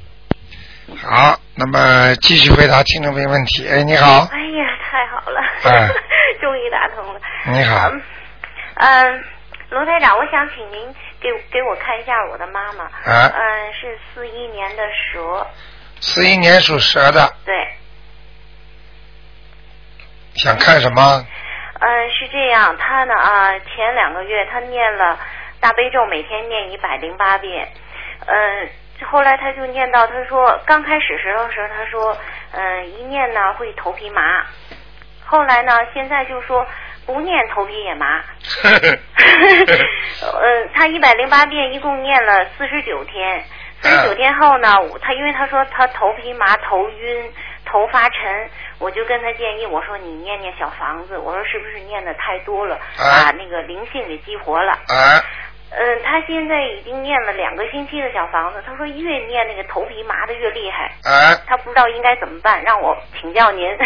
S1: 好，那么继续回答听众朋友问题。哎，你好，
S11: 哎呀，太好了，
S1: 哎
S11: 终于打通了。
S1: 你好，
S11: 嗯，罗台长，我想请您给给我看一下我的妈妈。
S1: 啊
S11: 嗯，是四一年的蛇。
S1: 四一年属蛇的，
S11: 对，
S1: 想看什 么？
S11: 嗯，是这样，她呢啊，前两个月她念了大悲咒，每天念一百零八遍。嗯，后来她就念到，她说刚开始时候时候，她说，嗯，一念呢会头皮麻。后来呢，现在就说不念头皮也麻。嗯，他一百零八遍一共念了四十九天，四十九天后呢，我他因为他说他头皮麻、头晕、头发沉，我就跟他建议我说你念念小房子，我说是不是念的太多了，把那个灵性给激活了。
S1: 啊，
S11: 嗯，他现在已经念了两个星期的小房子，他说越念那个头皮麻的越厉害，
S1: 啊
S11: 他不知道应该怎么办，让我请教您。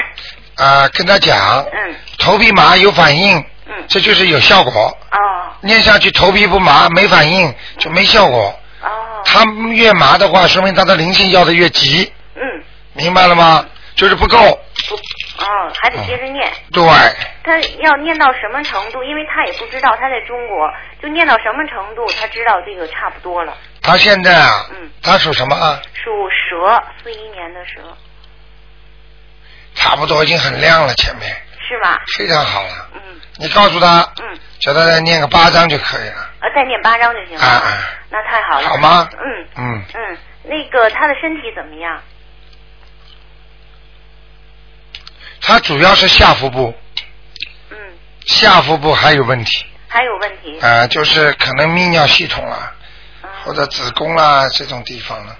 S1: 啊，跟他讲，
S11: 嗯
S1: 头皮麻有反应，
S11: 嗯，
S1: 这就是有效果。
S11: 哦嗯
S1: 念下去头皮不麻没反应就没效果。
S11: 哦，
S1: 他越麻的话，说明他的灵性要的越急，
S11: 嗯，
S1: 明白了吗？就是不够。
S11: 不，哦，还得接着念。
S1: 对，
S11: 他要念到什么程度？因为他也不知道他在中国，就念到什么程度，他知道这个差不多了。
S1: 他现在啊，
S11: 嗯，
S1: 他属什么啊？
S11: 属蛇，四一年的蛇，
S1: 差不多已经很亮了，前面
S11: 是吧？
S1: 非常好了。
S11: 嗯，
S1: 你告诉他，
S11: 嗯，
S1: 叫他再念个八章就可以了。
S11: 呃，再念八章就行了。
S1: 啊啊，
S11: 那太好了。
S1: 好吗
S11: 嗯
S1: 嗯，
S11: 嗯，那个他的身体怎么样？
S1: 他主要是下腹部，
S11: 嗯，
S1: 下腹部还有问题。
S11: 还有问题？
S1: 啊、就是可能泌尿系统啦，或者子宫啦这种地方了。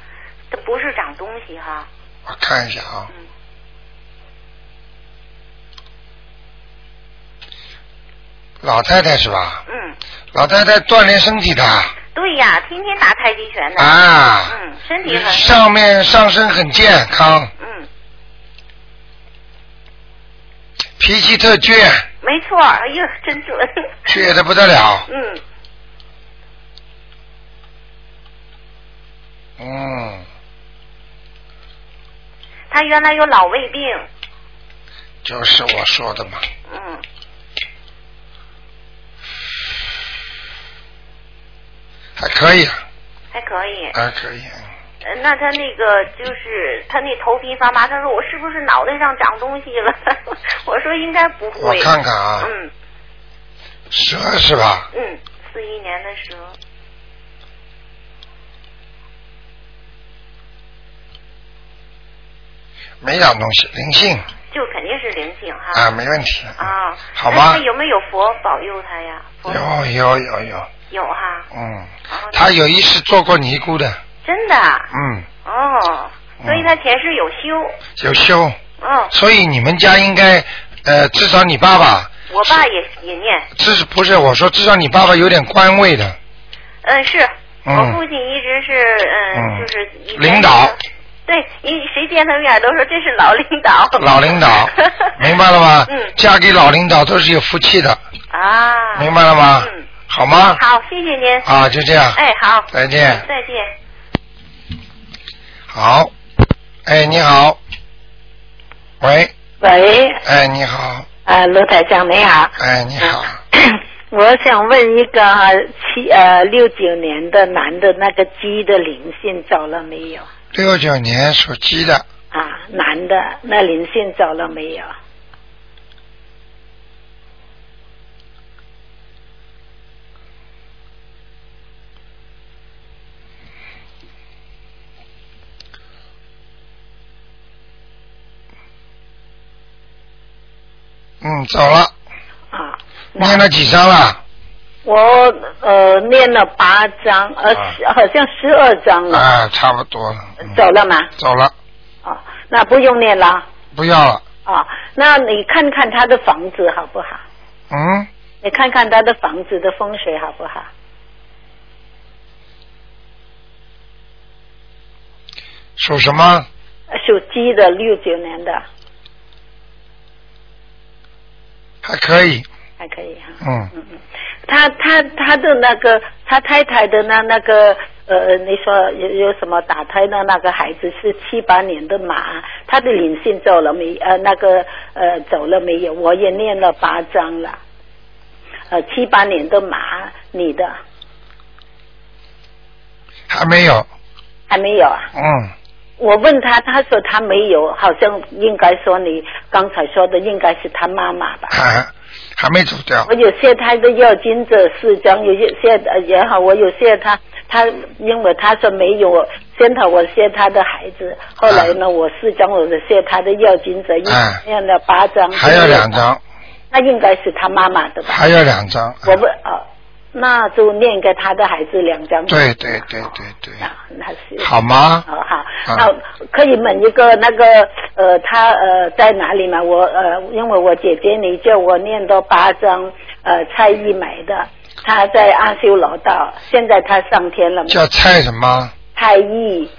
S11: 他不是长东西哈。
S1: 我看一下啊，老太太是吧？
S11: 嗯，
S1: 老太太锻炼身体的，
S11: 对对呀，天天打太极拳呢。
S1: 啊
S11: 嗯，身体很好。
S1: 上面上身很健康，
S11: 嗯，
S1: 脾气特倔，
S11: 没错儿，哎呦，真准。
S1: 倔得不得了。
S11: 嗯，
S1: 嗯，
S11: 他原来有老胃病，
S1: 就是我说的嘛。
S11: 嗯，
S1: 还可以，啊，哎
S11: 还可以。
S1: 还可以。嗯
S11: 呃那他那个就是他那头皮发麻，他说我是不是脑袋上长东西了？ 我说应该不会。
S1: 我看看啊
S11: 嗯
S1: 蛇是吧？
S11: 嗯，四一年的时候，
S1: 没长东西，灵性
S11: 就肯定是灵性哈。
S1: 啊，没问题。
S11: 啊，
S1: 好
S11: 那
S1: 吧
S11: 他有没有佛保佑他呀？佛
S1: 有有有有，
S11: 有哈，
S1: 嗯，他有一次做过尼姑的，
S11: 真的啊
S1: 嗯，
S11: 哦，所以他前世有修，
S1: 有修，
S11: 嗯，
S1: 嗯所以你们家应该，呃，至少你爸爸，
S11: 我爸也也念，
S1: 至是不是我说，至少你爸爸有点官位的，
S11: 嗯，是
S1: 嗯
S11: 我父亲一直是嗯，就是以前
S1: 领导，
S11: 对，一谁见他面都说这是老领导，
S1: 老领导，明白了吗？
S11: 嗯
S1: 嫁给老领导都是有福气的，
S11: 啊，
S1: 明白了吗？
S11: 嗯，
S1: 好吗？
S11: 好，谢谢您
S1: 啊就这样
S11: 哎，好，
S1: 再见
S11: 再见。
S1: 好，哎，你好，喂，
S12: 喂，
S1: 哎，你好，
S12: 呃，卢台长你好，
S1: 哎，你好，
S11: 嗯
S12: 我想问一个哈七呃六九年的男的那个鸡的灵性走了没有？
S1: 六九年属鸡的，
S12: 啊，男的那灵性走了没有？
S1: 嗯，走了，
S12: 啊，
S1: 念了几张了？
S12: 我呃念了八张，呃、十好像十二张了，
S1: 啊，差不多了，嗯
S12: 走了吗？
S1: 走了，
S12: 那不用念了
S1: 不要了，
S12: 啊。那你看看他的房子好不好？
S1: 嗯，
S12: 你看看他的房子的风水好不好？
S1: 属什么？
S12: 属鸡的六九年的
S1: 还可以，
S12: 还可以哈、
S1: 嗯，
S12: 他他他的那个他太太的那那个呃，你说有有什么打胎的那个孩子是七八年的马，他的灵性走了没？呃，那个呃走了没有？我也念了八章了。呃，七八年的马，你的
S1: 还没有，
S12: 还没有啊？
S1: 嗯，
S12: 我问他，他说他没有，好像应该说你刚才说的应该是他妈妈吧？
S1: 还还没走掉
S12: 我，有谢他的要经者四张，有谢呃也好，我有谢他，他因为他说没有，先头我谢他的孩子，后来
S1: 啊
S12: 呢，我四张我就谢他的要经者，一
S1: 哎
S12: 念了八张，
S1: 还有两，张，
S12: 那应该是他妈妈的吧？
S1: 还有两张，
S12: 我不哦，那就念给他的孩子两张，啊
S1: 对对对对对，
S12: 那是
S1: 好吗？
S12: 好好，
S1: 嗯
S12: 那可以问一个那个呃，他呃在哪里吗？我呃，因为我姐姐你叫我念到八张呃蔡一梅的，她在阿修罗道，现在她上天了吗？
S1: 叫蔡什么？
S12: 蔡意，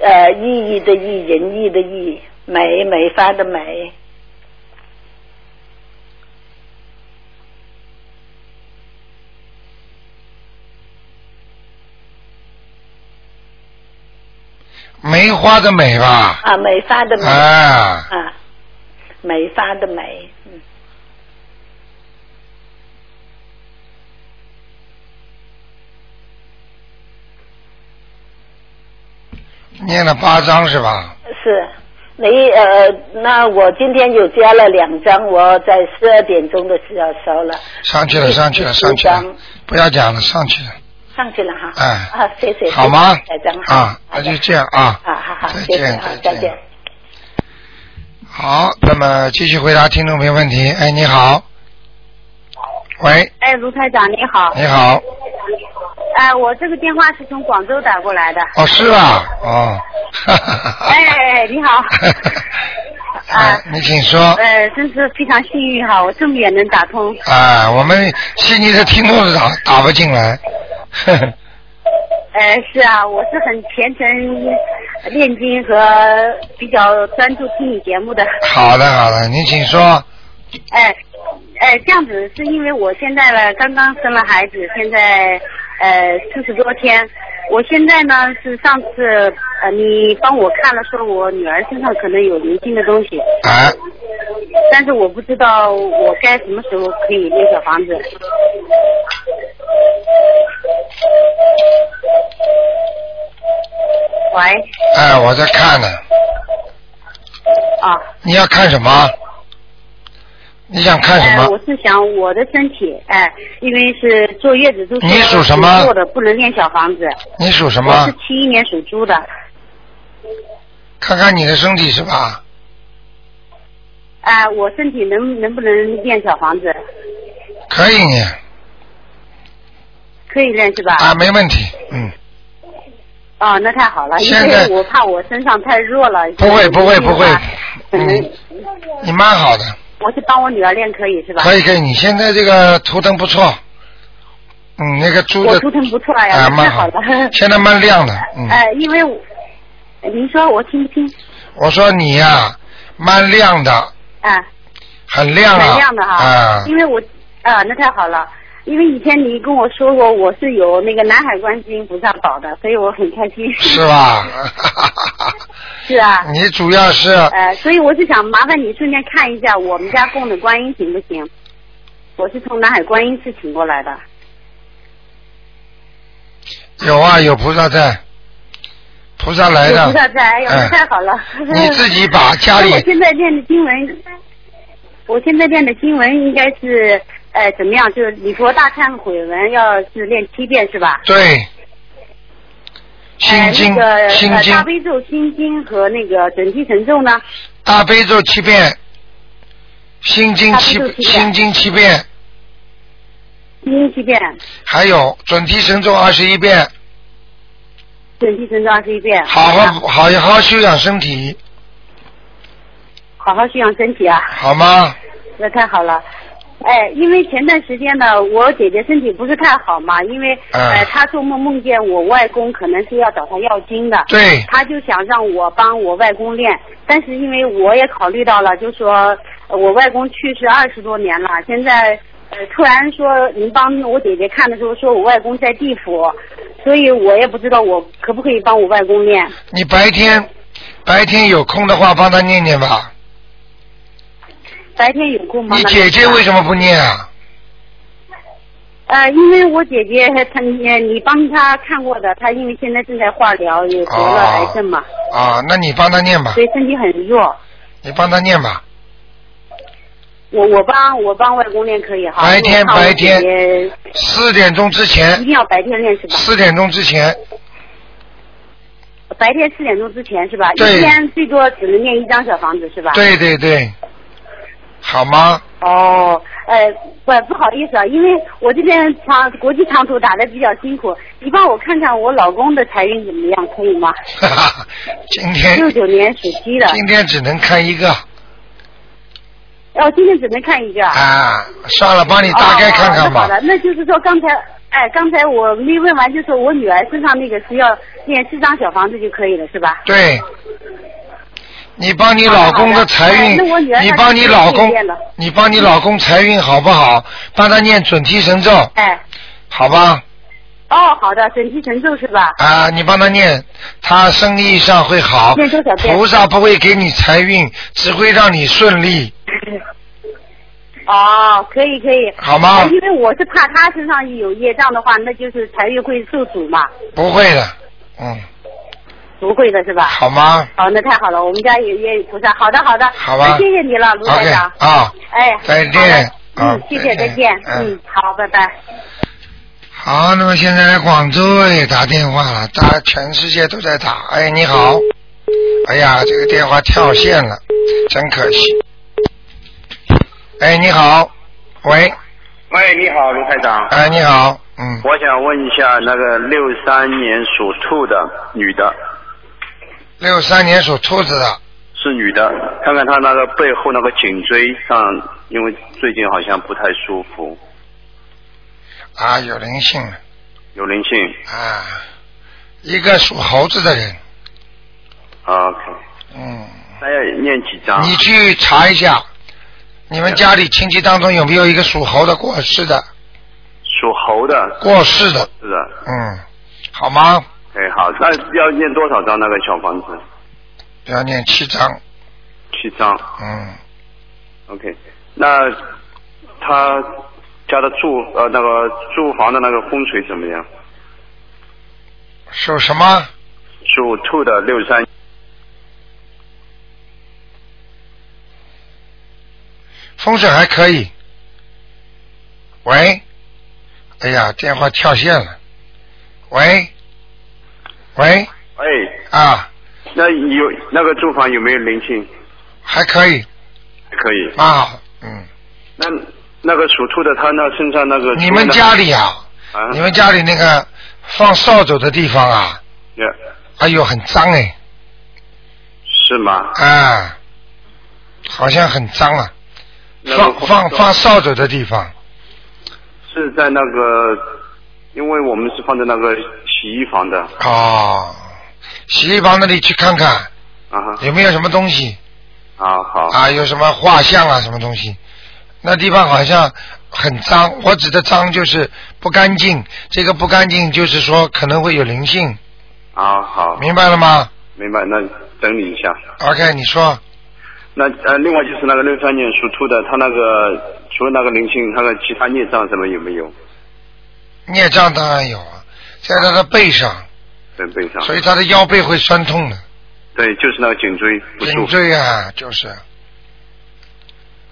S12: 呃，意义的意，仁义的义，梅梅花的梅，
S1: 梅花的梅吧？
S12: 啊，梅花的梅，
S1: 啊，
S12: 啊，梅花的梅，嗯，
S1: 念了八张是吧？
S12: 是。你呃，那我今天有加了两张，我在十二点钟的时候收了。
S1: 上去了，上去了，上去了，不要讲了，上去了，
S12: 上去了哈。
S1: 哎
S12: 啊，谢谢。
S1: 好吗
S12: 台长好。
S1: 啊，那就这样啊，
S12: 好好好，
S1: 再
S12: 谢谢
S1: 见
S12: 啊，
S1: 再
S12: 再见。
S1: 好，那么继续回答听众朋友问题。哎，你好，喂，
S13: 哎，卢台长你好。
S1: 你好，
S13: 哎，我这个电话是从广州打过来的。
S1: 哦，是吧？哦，
S13: 哎哎，哎你好。啊，
S1: 哎你请说
S13: 呃，真是非常幸运哈，我这么远能打通。
S1: 哎啊，我们悉尼的听众打打不进来，呵呵
S13: 呃，是啊，我是很虔诚念经和比较专注听你节目的。
S1: 好的好的，您请说。
S13: 哎，哎，这样子是因为我现在呢，刚刚生了孩子，现在呃四十多天。我现在呢是上次呃你帮我看了，说我女儿身上可能有灵性的东西。
S1: 啊。
S13: 但是我不知道我该什么时候可以念小房子。喂。
S1: 哎，我在看呢。
S13: 啊。
S1: 你要看什么？你想看什么？
S13: 呃、我是想我的身体，哎、呃，因为是坐月子都
S1: 你属什么？
S13: 坐的不能练小房子。
S1: 你属什么？
S13: 我是七一年属猪的。
S1: 看看你的身体是吧？
S13: 哎、呃，我身体能能不能练小房子？
S1: 可以你。
S13: 可以练是吧？
S1: 啊，没问题，嗯。
S13: 哦，那太好了，因
S1: 为
S13: 我怕我身上太弱了。
S1: 不会不会不会，嗯，你蛮好的。
S13: 我去帮我女儿练可以是吧？
S1: 可以可以，你现在这个图腾不错，嗯，那个猪的
S13: 图腾不错呀、
S1: 啊，
S13: 蛮好
S1: 的，现在蛮亮 的，嗯。
S13: 呃，因为您说我听不听？
S1: 我说你呀、啊，蛮亮的。
S13: 啊。
S1: 很亮啊。
S13: 很亮的哈。
S1: 啊。
S13: 因为我啊，那太好了，因为以前你跟我说过我是有那个南海观世音菩萨保的，所以我很开心。
S1: 是吧？
S13: 是啊，
S1: 你主要是
S13: 呃，所以我是想麻烦你顺便看一下我们家供的观音行不行？我是从南海观音寺请过来的。
S1: 有啊，有菩萨在，菩萨来哎
S13: 的。菩萨在，哎呦，嗯、太好了！
S1: 你自己把家里。
S13: 我现在练的经文，我现在练的经文应该是呃怎么样？就是礼佛大忏悔文，要是练七遍是吧？
S1: 对。心经，
S13: 呃那个、
S1: 心经、
S13: 呃、大悲咒、心经和那个准提神咒呢？
S1: 大悲咒七遍，心经七，
S13: 七
S1: 心经七遍，
S13: 心经七遍。
S1: 还有准提神咒二十一遍，
S13: 准提神咒二十一遍。啊
S1: 好好好好修养身体，
S13: 好好修养身体啊！
S1: 好吗？
S13: 那太好了。哎，因为前段时间呢，我姐姐身体不是太好嘛，因为、嗯、呃，她做梦梦见我外公可能是要找她要经的，
S1: 对，
S13: 她就想让我帮我外公练，但是因为我也考虑到了，就说我外公去世二十多年了，现在呃突然说您帮我姐姐看的时候，说我外公在地府，所以我也不知道我可不可以帮我外公练。
S1: 你白天白天有空的话，帮他念念吧。
S13: 白天有空吗？
S1: 你姐姐为什么不念啊？
S13: 呃，因为我姐姐她你呃你帮她看过的，她因为现在正在化疗，也得了癌症嘛。
S1: 啊、哦哦，那你帮她念吧。
S13: 所以身体很弱。
S1: 你帮她念吧。
S13: 我我帮我帮外公练可以哈。
S1: 白天白天。四点钟之前。
S13: 一定要白天练是吧？
S1: 四点钟之前。
S13: 白天四点钟之前是吧？一天最多只能念一张小房子是吧？
S1: 对对对。好吗？
S13: 哦，呃，不不好意思啊，因为我这边长国际长途打的比较辛苦，你帮我看看我老公的财运怎么样，可以吗？
S1: 哈哈，今天
S13: 六九年属鸡的，
S1: 今天只能看一个。
S13: 哦，今天只能看一个。
S1: 啊，算了，帮你大概看看吧。
S13: 哦、好的，那就是说刚才，哎，刚才我没问完，就是我女儿身上那个是要念四张小房子就可以了，是吧？
S1: 对。你帮你老公的财
S13: 哎
S1: 运，你帮你老公，你帮你老公财运好不好？帮他念准提神咒，
S13: 哎，
S1: 好吧。
S13: 哦，好的，准提神咒是吧？
S1: 啊，你帮他念，他生意上会好。
S13: 念多少遍？
S1: 菩萨不会给你财运，只会让你顺利。
S13: 哦，可以可以。哎
S1: 好吗？
S13: 因为我是怕他身上有业障的话，那就是财运会受阻嘛。
S1: 不会的，嗯。
S13: 不会的是吧？
S1: 好吗？
S13: 好，那太好了，我们家也也菩萨。好的，好的。
S1: 好吧。
S13: 谢谢你了，卢台长。
S1: 啊。
S13: 哎。
S1: 再见。啊哎
S13: 嗯，谢谢，再见。嗯，好，拜拜。
S1: 好，那么现在广州也打电话了，大家全世界都在打。哎，你好。哎呀，这个电话跳线了，真可惜。哎，你好。喂。
S14: 喂，你好，卢台长。
S1: 哎，你好。嗯。
S14: 我想问一下，那个六三年属兔的女的。
S1: 六三年属兔子的，
S14: 是女的，看看她那个背后那个颈椎上，因为最近好像不太舒服。
S1: 啊，有灵性。
S14: 有灵性。
S1: 啊，一个属猴子的人，
S14: 啊 OK，
S1: 嗯，
S14: 那要念几张？
S1: 你去查一下，你们家里亲戚当中有没有一个属猴的过世的？
S14: 属猴的。
S1: 过世的
S14: 是的。
S1: 嗯，好吗？
S14: 哎，好，那要念多少张那个小房子？
S1: 要念七章，
S14: 七张。
S1: 嗯，
S14: OK，那他家的住呃那个住房的那个风水怎么样？
S1: 属什么？
S14: 属兔的六三
S1: 风水还可以。喂，哎呀，电话跳线了。喂，喂，
S14: 哎，
S1: 啊，
S14: 那有那个住房有没有灵性？
S1: 还可以，
S14: 还可以。
S1: 蛮好。嗯，
S14: 那那个属兔的他那身上那个
S1: 你们家里啊，
S14: 啊，
S1: 你们家里那个放扫帚的地方啊，
S14: Yeah，
S1: 哎呦，很脏哎，
S14: 是吗？
S1: 啊，好像很脏啊，
S14: 那
S1: 放
S14: 个
S1: 放放扫帚的地方，
S14: 是在那个，因为我们是放在那个洗衣房的
S1: 哦，洗衣房那里去看看
S14: 啊哈
S1: 有没有什么东西
S14: 啊好
S1: 啊，有什么画像啊，什么东西，那地方好像很脏，我指的脏就是不干净，这个不干净就是说可能会有灵性，
S14: 啊好，
S1: 明白了吗
S14: 明白，那整理一下。
S1: ？OK，你说
S14: 那呃，另外就是那个六三年属兔的，他那个除了那个灵性，他的其他孽障什么有没有？
S1: 孽障当然有啊，在他的背
S14: 啊
S1: 上，
S14: 在背上。
S1: 所以他的腰背会酸痛的，
S14: 对，就是那个颈椎不舒
S1: 颈
S14: 服
S1: 椎啊，就是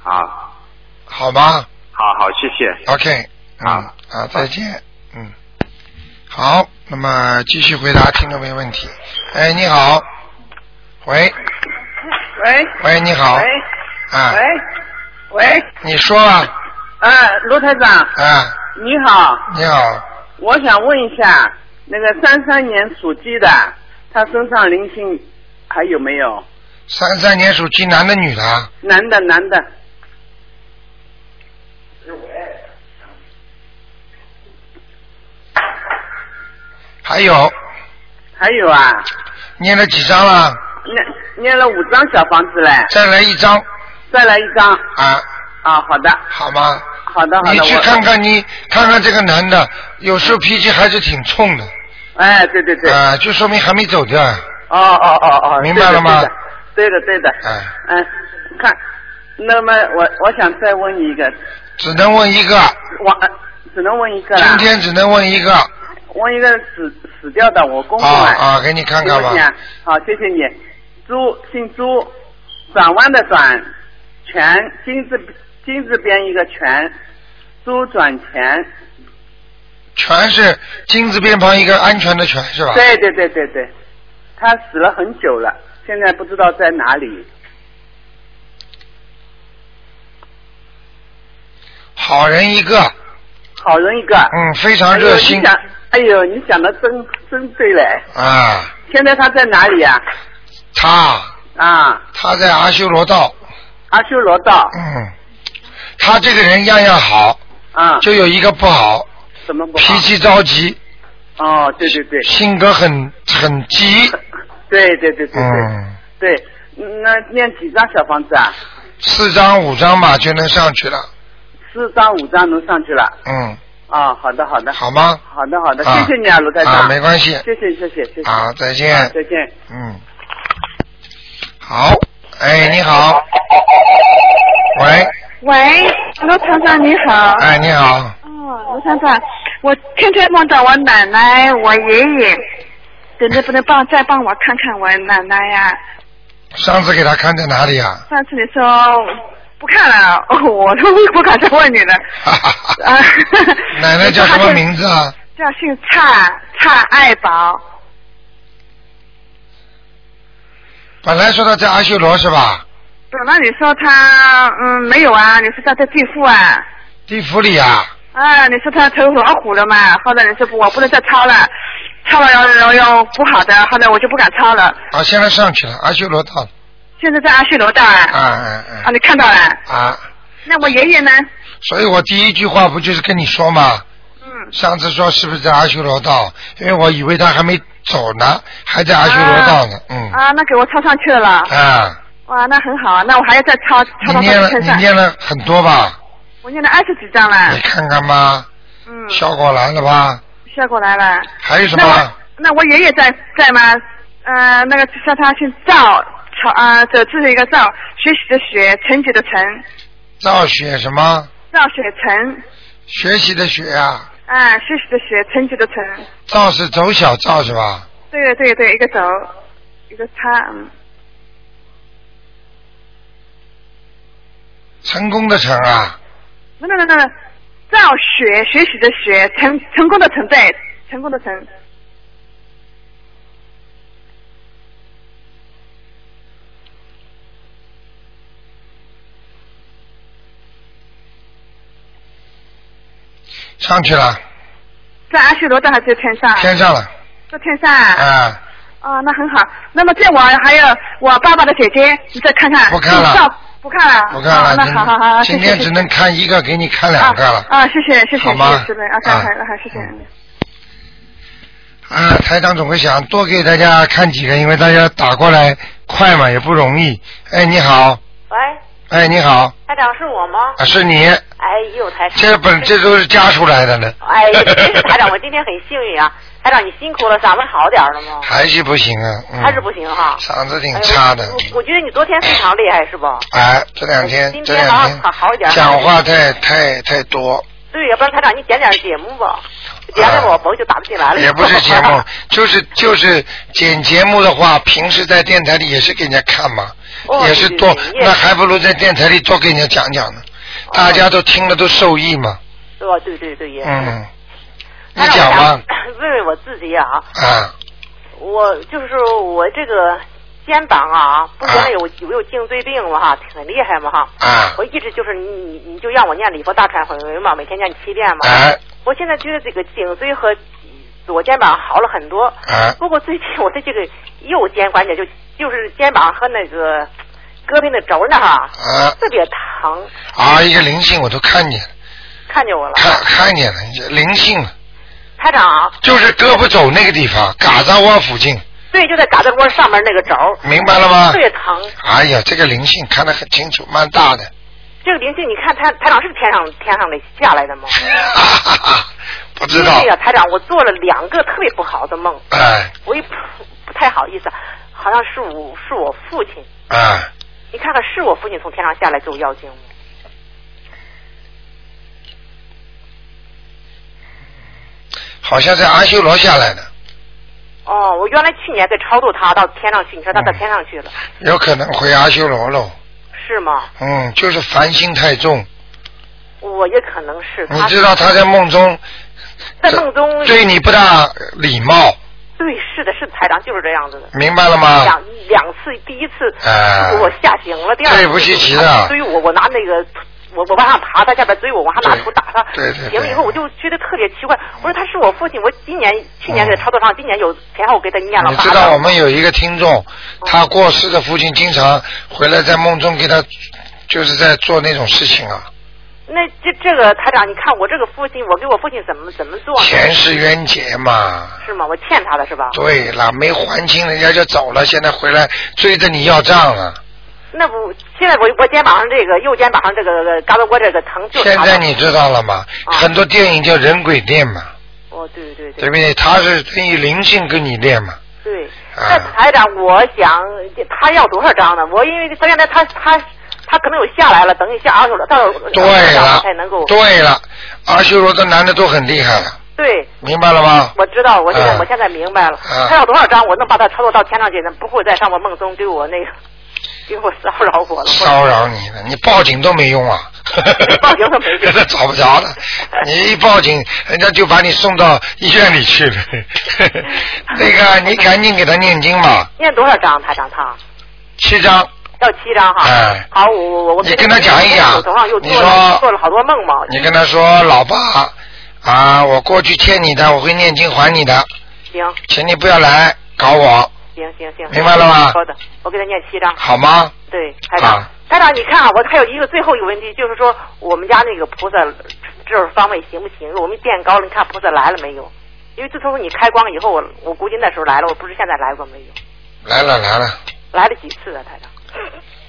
S14: 啊。
S1: 好吗
S14: 好好，谢谢。
S1: ？OK，啊啊，再见，嗯，好，那么继续回答听众朋友问题。哎，你好，喂，
S15: 喂，
S1: 喂，你好
S15: 喂，
S1: 啊，
S15: 喂，喂，
S1: 你说啊，
S15: 啊，罗台长，
S1: 啊，
S15: 你好，
S1: 你好，
S15: 我想问一下，那个三三年属鸡的，他身上灵性还有没有？
S1: 三三年属鸡，男的女的啊？
S15: 男的，男的，
S1: 还有
S15: 还有啊，
S1: 念了几张了？
S15: 念念了五张小房子嘞，
S1: 再来一张
S15: 再来一张，
S1: 啊，
S15: 啊，好的，
S1: 好吗？
S15: 好的，好的，
S1: 你去
S15: 我
S1: 看，看你看看这个男的，有时候脾气还是挺冲的
S15: 哎，对对对，
S1: 啊、就说明还没走掉。啊
S15: 哦哦哦哦，
S1: 明白了吗？
S15: 对的对的，对的，
S1: 哎，
S15: 嗯，看，那么我我想再问你一个，
S1: 只能问一个，
S15: 我呃只能问一个了。
S1: 今天只能问一个啊
S15: 问一个死死掉的我公公
S1: 啊，给你看看吧
S15: 行不行。啊？好，谢谢你。朱，姓朱，转弯的转，全金字金字边一个全，朱转全。
S1: 全是金字边旁一个安全的全是吧？
S15: 对对对对对，他死了很久了，现在不知道在哪里。
S1: 好人一个，
S15: 好人一个。
S1: 嗯，非常热心
S15: 哎呦你讲，哎呦，你讲的真真对嘞。
S1: 啊。
S15: 现在他在哪里啊？
S1: 他
S15: 啊，
S1: 他在阿修罗道，
S15: 阿修罗道。
S1: 嗯，他这个人样样好，
S15: 啊。
S1: 就有一个不好，
S15: 什么不好？
S1: 脾气着急，
S15: 哦，对对对，
S1: 性格很很急，
S15: 对对对对
S1: 嗯，
S15: 对，嗯那念几张小房子啊？
S1: 四张五张吧就能上去了，
S15: 四张五张能上去了。
S1: 嗯，
S15: 啊，好的好的。
S1: 好吗？
S15: 好的好的，
S1: 啊
S15: 谢谢你啊，卢台长。
S1: 啊没关系
S15: 谢谢谢谢谢谢。
S1: 好再见
S15: 啊再见。
S1: 嗯，好，哎，你 好，喂，
S16: 喂，罗厂长你好。
S1: 哎，你好，
S16: 哦，罗厂长，我天天梦到我奶奶、我爷爷，你能不能帮再帮我看看我奶奶呀、
S1: 上次给他看在哪里啊？
S16: 上次你说不看了，哦、我都不敢再问你了。啊，
S1: 奶奶叫什么名字啊？
S16: 叫姓蔡，蔡爱宝。
S1: 本来说他在阿修罗是吧？
S16: 本来你说他嗯没有啊，你说他在地府啊。
S1: 地府里啊，
S16: 啊，你说他投老虎了嘛？后来你说不，我不能再抄了，抄了要要要不好的，后来我就不敢抄了。
S1: 啊，现在上去了，阿修罗道了，
S16: 现在在阿修罗道啊，
S1: 啊啊
S16: 啊，你看到了？
S1: 啊啊！
S16: 那我爷爷呢？
S1: 所以我第一句话不就是跟你说嘛？嗯。上次说是不是在阿修罗道？因为我以为他还没走呢，还在阿修罗道呢，嗯
S16: 啊，那给我抄上去了。
S1: 啊，
S16: 哇，那很好啊，那我还要再抄
S1: 你
S16: 抄到
S1: 念
S16: 他
S1: 了
S16: 身
S1: 你
S16: 上。
S1: 念了很多吧？
S16: 我念了二十几张了
S1: 你，看看吧，
S16: 嗯，
S1: 效果来了吧？
S16: 效果来了。
S1: 还有什
S16: 那
S1: 么
S16: 我？那我爷爷在在吗？呃，那个叫他姓赵，朝呃，走字的一个赵，学习的学，成绩的成，
S1: 造血什么？
S16: 赵雪成，
S1: 学习的学啊，
S16: 啊，学习的学，成绩的成，
S1: 造是走小造是吧？
S16: 对对对，一个走，一个叉，嗯
S1: 成功的成啊，
S16: 那那那那，赵学学习的学，成成功的成对，成功的成，
S1: 上去了，
S16: 在阿修罗道还是天上？
S1: 天上了，
S16: 在天上啊。
S1: 啊，
S16: 哦，那很好。那么在我还有我爸爸的姐姐，你再看看。
S1: 不看了
S16: 你照，不看了。
S1: 我看
S16: 哦那好好好
S1: 了，
S16: 好，
S1: 今
S16: 谢
S1: 今天
S16: 谢。
S1: 只能看一个，给你看两个了。
S16: 啊，谢谢谢谢
S1: 好
S16: 谢
S1: 吗
S16: 谢师妹，啊，
S1: 啊
S16: 好好好，谢谢。
S1: 啊，台长总会想多给大家看几个，因为大家打过来快嘛，也不容易。哎，你好，
S17: 喂，
S1: 哎，你好，
S17: 台长是我吗？
S1: 啊，是你，
S17: 哎呦，台长，
S1: 这本这都是加出来的呢，
S17: 哎呦，真 是台长，我今天很幸运啊！台长，你辛苦了，嗓子好点儿了吗？
S1: 还是不行啊，嗯、
S17: 哦还是不行哈。
S1: 嗓子挺差的
S17: 哎，我我觉得你昨天非常厉害，是不？
S1: 哎，这两天
S17: 今
S1: 这
S17: 天好
S1: 两
S17: 像
S1: 天
S17: 好好一点。
S1: 讲话太太太多，
S17: 对，要不然台长你剪点节目吧，剪点我我就打不进来
S1: 嗯
S17: 了。
S1: 也不是节 目，就是就是剪节目的话，平时在电台里也是给人家看嘛，
S17: 哦
S1: 也是
S17: 对对
S1: 多
S17: 对，
S1: 那还不如在电台里多给人家讲讲呢，大家都听了都受益嘛，
S17: 对吧？对对对，也。
S1: 嗯，你
S17: 台长，
S1: 讲
S17: 我
S1: 吧
S17: 想， 问问我自己啊，
S1: 啊，
S17: 我就是我这个肩膀啊，不原来有我有颈椎病了哈，很厉害嘛哈。
S1: 啊
S17: 我一直就是你你你就让我念礼佛大忏悔文嘛，每天念七遍嘛。
S1: 哎
S17: 我现在觉得这个颈椎和左肩膀好了很多，
S1: 哎
S17: 不过最近我的这个右肩关节就就是肩膀和那个胳膊那轴那哈，
S1: 啊
S17: 特别疼，
S1: 啊，一个灵性我都看见了，
S17: 看见我了。
S1: 看看见了，灵性了，
S17: 台长啊，
S1: 就是胳膊肘那个地方，嘎扎窝附近，
S17: 对，就在嘎子窝上面那个轴，
S1: 明白了吗
S17: 特别疼。
S1: 哎呀，这个灵性看得很清楚，蛮大的，
S17: 这个灵性，你看台台长是天上天上的下来的吗？
S1: 不知道
S17: 对，呀、台长，我做了两个特别不好的梦，
S1: 哎
S17: 我也不不太好意思，好像是我是我父亲，
S1: 哎。
S17: 你看看是我父亲从天上下来救妖精吗？
S1: 好像在阿修罗下来的，
S17: 哦，我原来去年给超度他到天上去，你说
S1: 嗯
S17: 他到天上去了，
S1: 有可能回阿修罗喽。
S17: 是吗？
S1: 嗯，就是烦心太重。
S17: 我也可能是
S1: 你
S17: 他。
S1: 知道他在梦中
S17: 在梦中
S1: 对你不大礼貌，
S17: 对，是的，是的台长就是这样子的。
S1: 明白了吗
S17: 两两次，第一次
S1: 哎
S17: 我下井了，第二次
S1: 对不稀奇的
S17: 追我，我拿那个我我往上爬，他下边追我，我还拿锄打他。
S1: 对对
S17: 行了以后，我就觉得特别奇怪，我说他是我父亲，我今年去年给他操作上，今年有前后给他念了
S1: 嗯你
S17: 八
S1: 知
S17: 张。
S1: 道我们有一个听
S17: 嗯
S1: 众，他过世的父亲经常回来在梦中给他，就是在做那种事情啊，
S17: 那这这个台长，你看我这个父亲，我给我父亲怎么怎么做呢？
S1: 前世冤结嘛。
S17: 是吗？我欠他的是吧？
S1: 对了，没还清人家就走了，现在回来追着你要账了。
S17: 那不，现在我我肩膀上这个右肩膀上这个嘎巴窝这个疼，就是
S1: 现
S17: 他的
S1: 在你知道了吗？很多电影叫人鬼恋嘛。
S17: 哦，对对
S1: 对不对？他是等于灵性跟你练嘛，
S17: 对，
S1: 啊
S17: 那台长，我想他要多少张呢？我因为他现在他他他可能有下来了，等一下二手了，到
S1: 对了
S17: 才能够
S1: 对了，阿修罗的男的都很厉害了，
S17: 对。
S1: 明白了吗？
S17: 我知道，我现在、
S1: 嗯
S17: 我现在明白了，
S1: 嗯
S17: 他要多少张，我能把他操作到天上去，能不会再上我梦中给我那个给我骚扰我了。
S1: 骚扰你了，你报警都没用啊，
S17: 报警都没用，
S1: 找不着了。你一报警，人家就把你送到医院里去了。 那个，你赶紧给他念经吧，
S17: 念多少张，台长他
S1: 七张。
S17: 要七张哈。
S1: 嗯哎
S17: 好，我我我我
S1: 你跟他讲一讲
S17: 我头上又
S1: 你
S17: 做
S1: 说
S17: 了做了好多梦嘛。
S1: 你跟他说，老爸啊，我过去欠你的，我会念经还你的，
S17: 行
S1: 请你不要来搞我，
S17: 行行行，
S1: 明白了吗
S17: 好的，我给他念七张。
S1: 好吗？
S17: 对，台长。
S1: 啊，
S17: 台长，你看啊，我还有一个最后一个问题，就是说我们家那个菩萨这方位行不行？我们垫高了，你看菩萨来了没有？因为自从你开光以后，我我估计那时候来了，我不知现在来过没有，
S1: 来了来了，
S17: 来了几次啊，台长，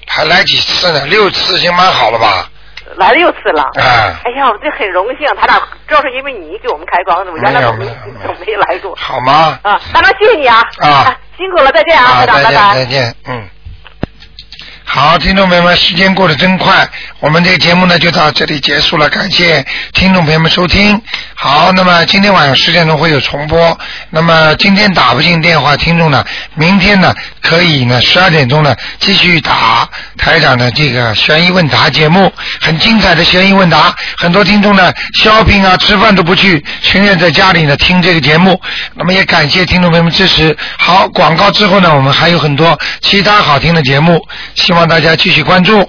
S1: 还来几次呢？六次已经蛮好了吧？
S17: 来了六次了。
S1: 啊，
S17: 哎呀，我这很荣幸，台长，主要是因为你给我们开光的，我原来我没我没来过。
S1: 好吗？
S17: 啊，台长，谢谢你啊！
S1: 啊，
S17: 辛苦了，再见啊，
S1: 啊，再
S17: 台长，拜
S1: 见
S17: 拜。
S1: 再见，嗯。好，听众朋友们，时间过得真快，我们这个节目呢就到这里结束了，感谢听众朋友们收听。好，那么今天晚上十点钟会有重播，那么今天打不进电话，听众呢，明天呢可以呢十二点钟呢继续打台长的这个悬疑问答节目，很精彩的悬疑问答，很多听众呢 shopping 啊吃饭都不去，情愿在家里呢听这个节目，那么也感谢听众朋友们支持。好，广告之后呢，我们还有很多其他好听的节目，希望大家继续关注。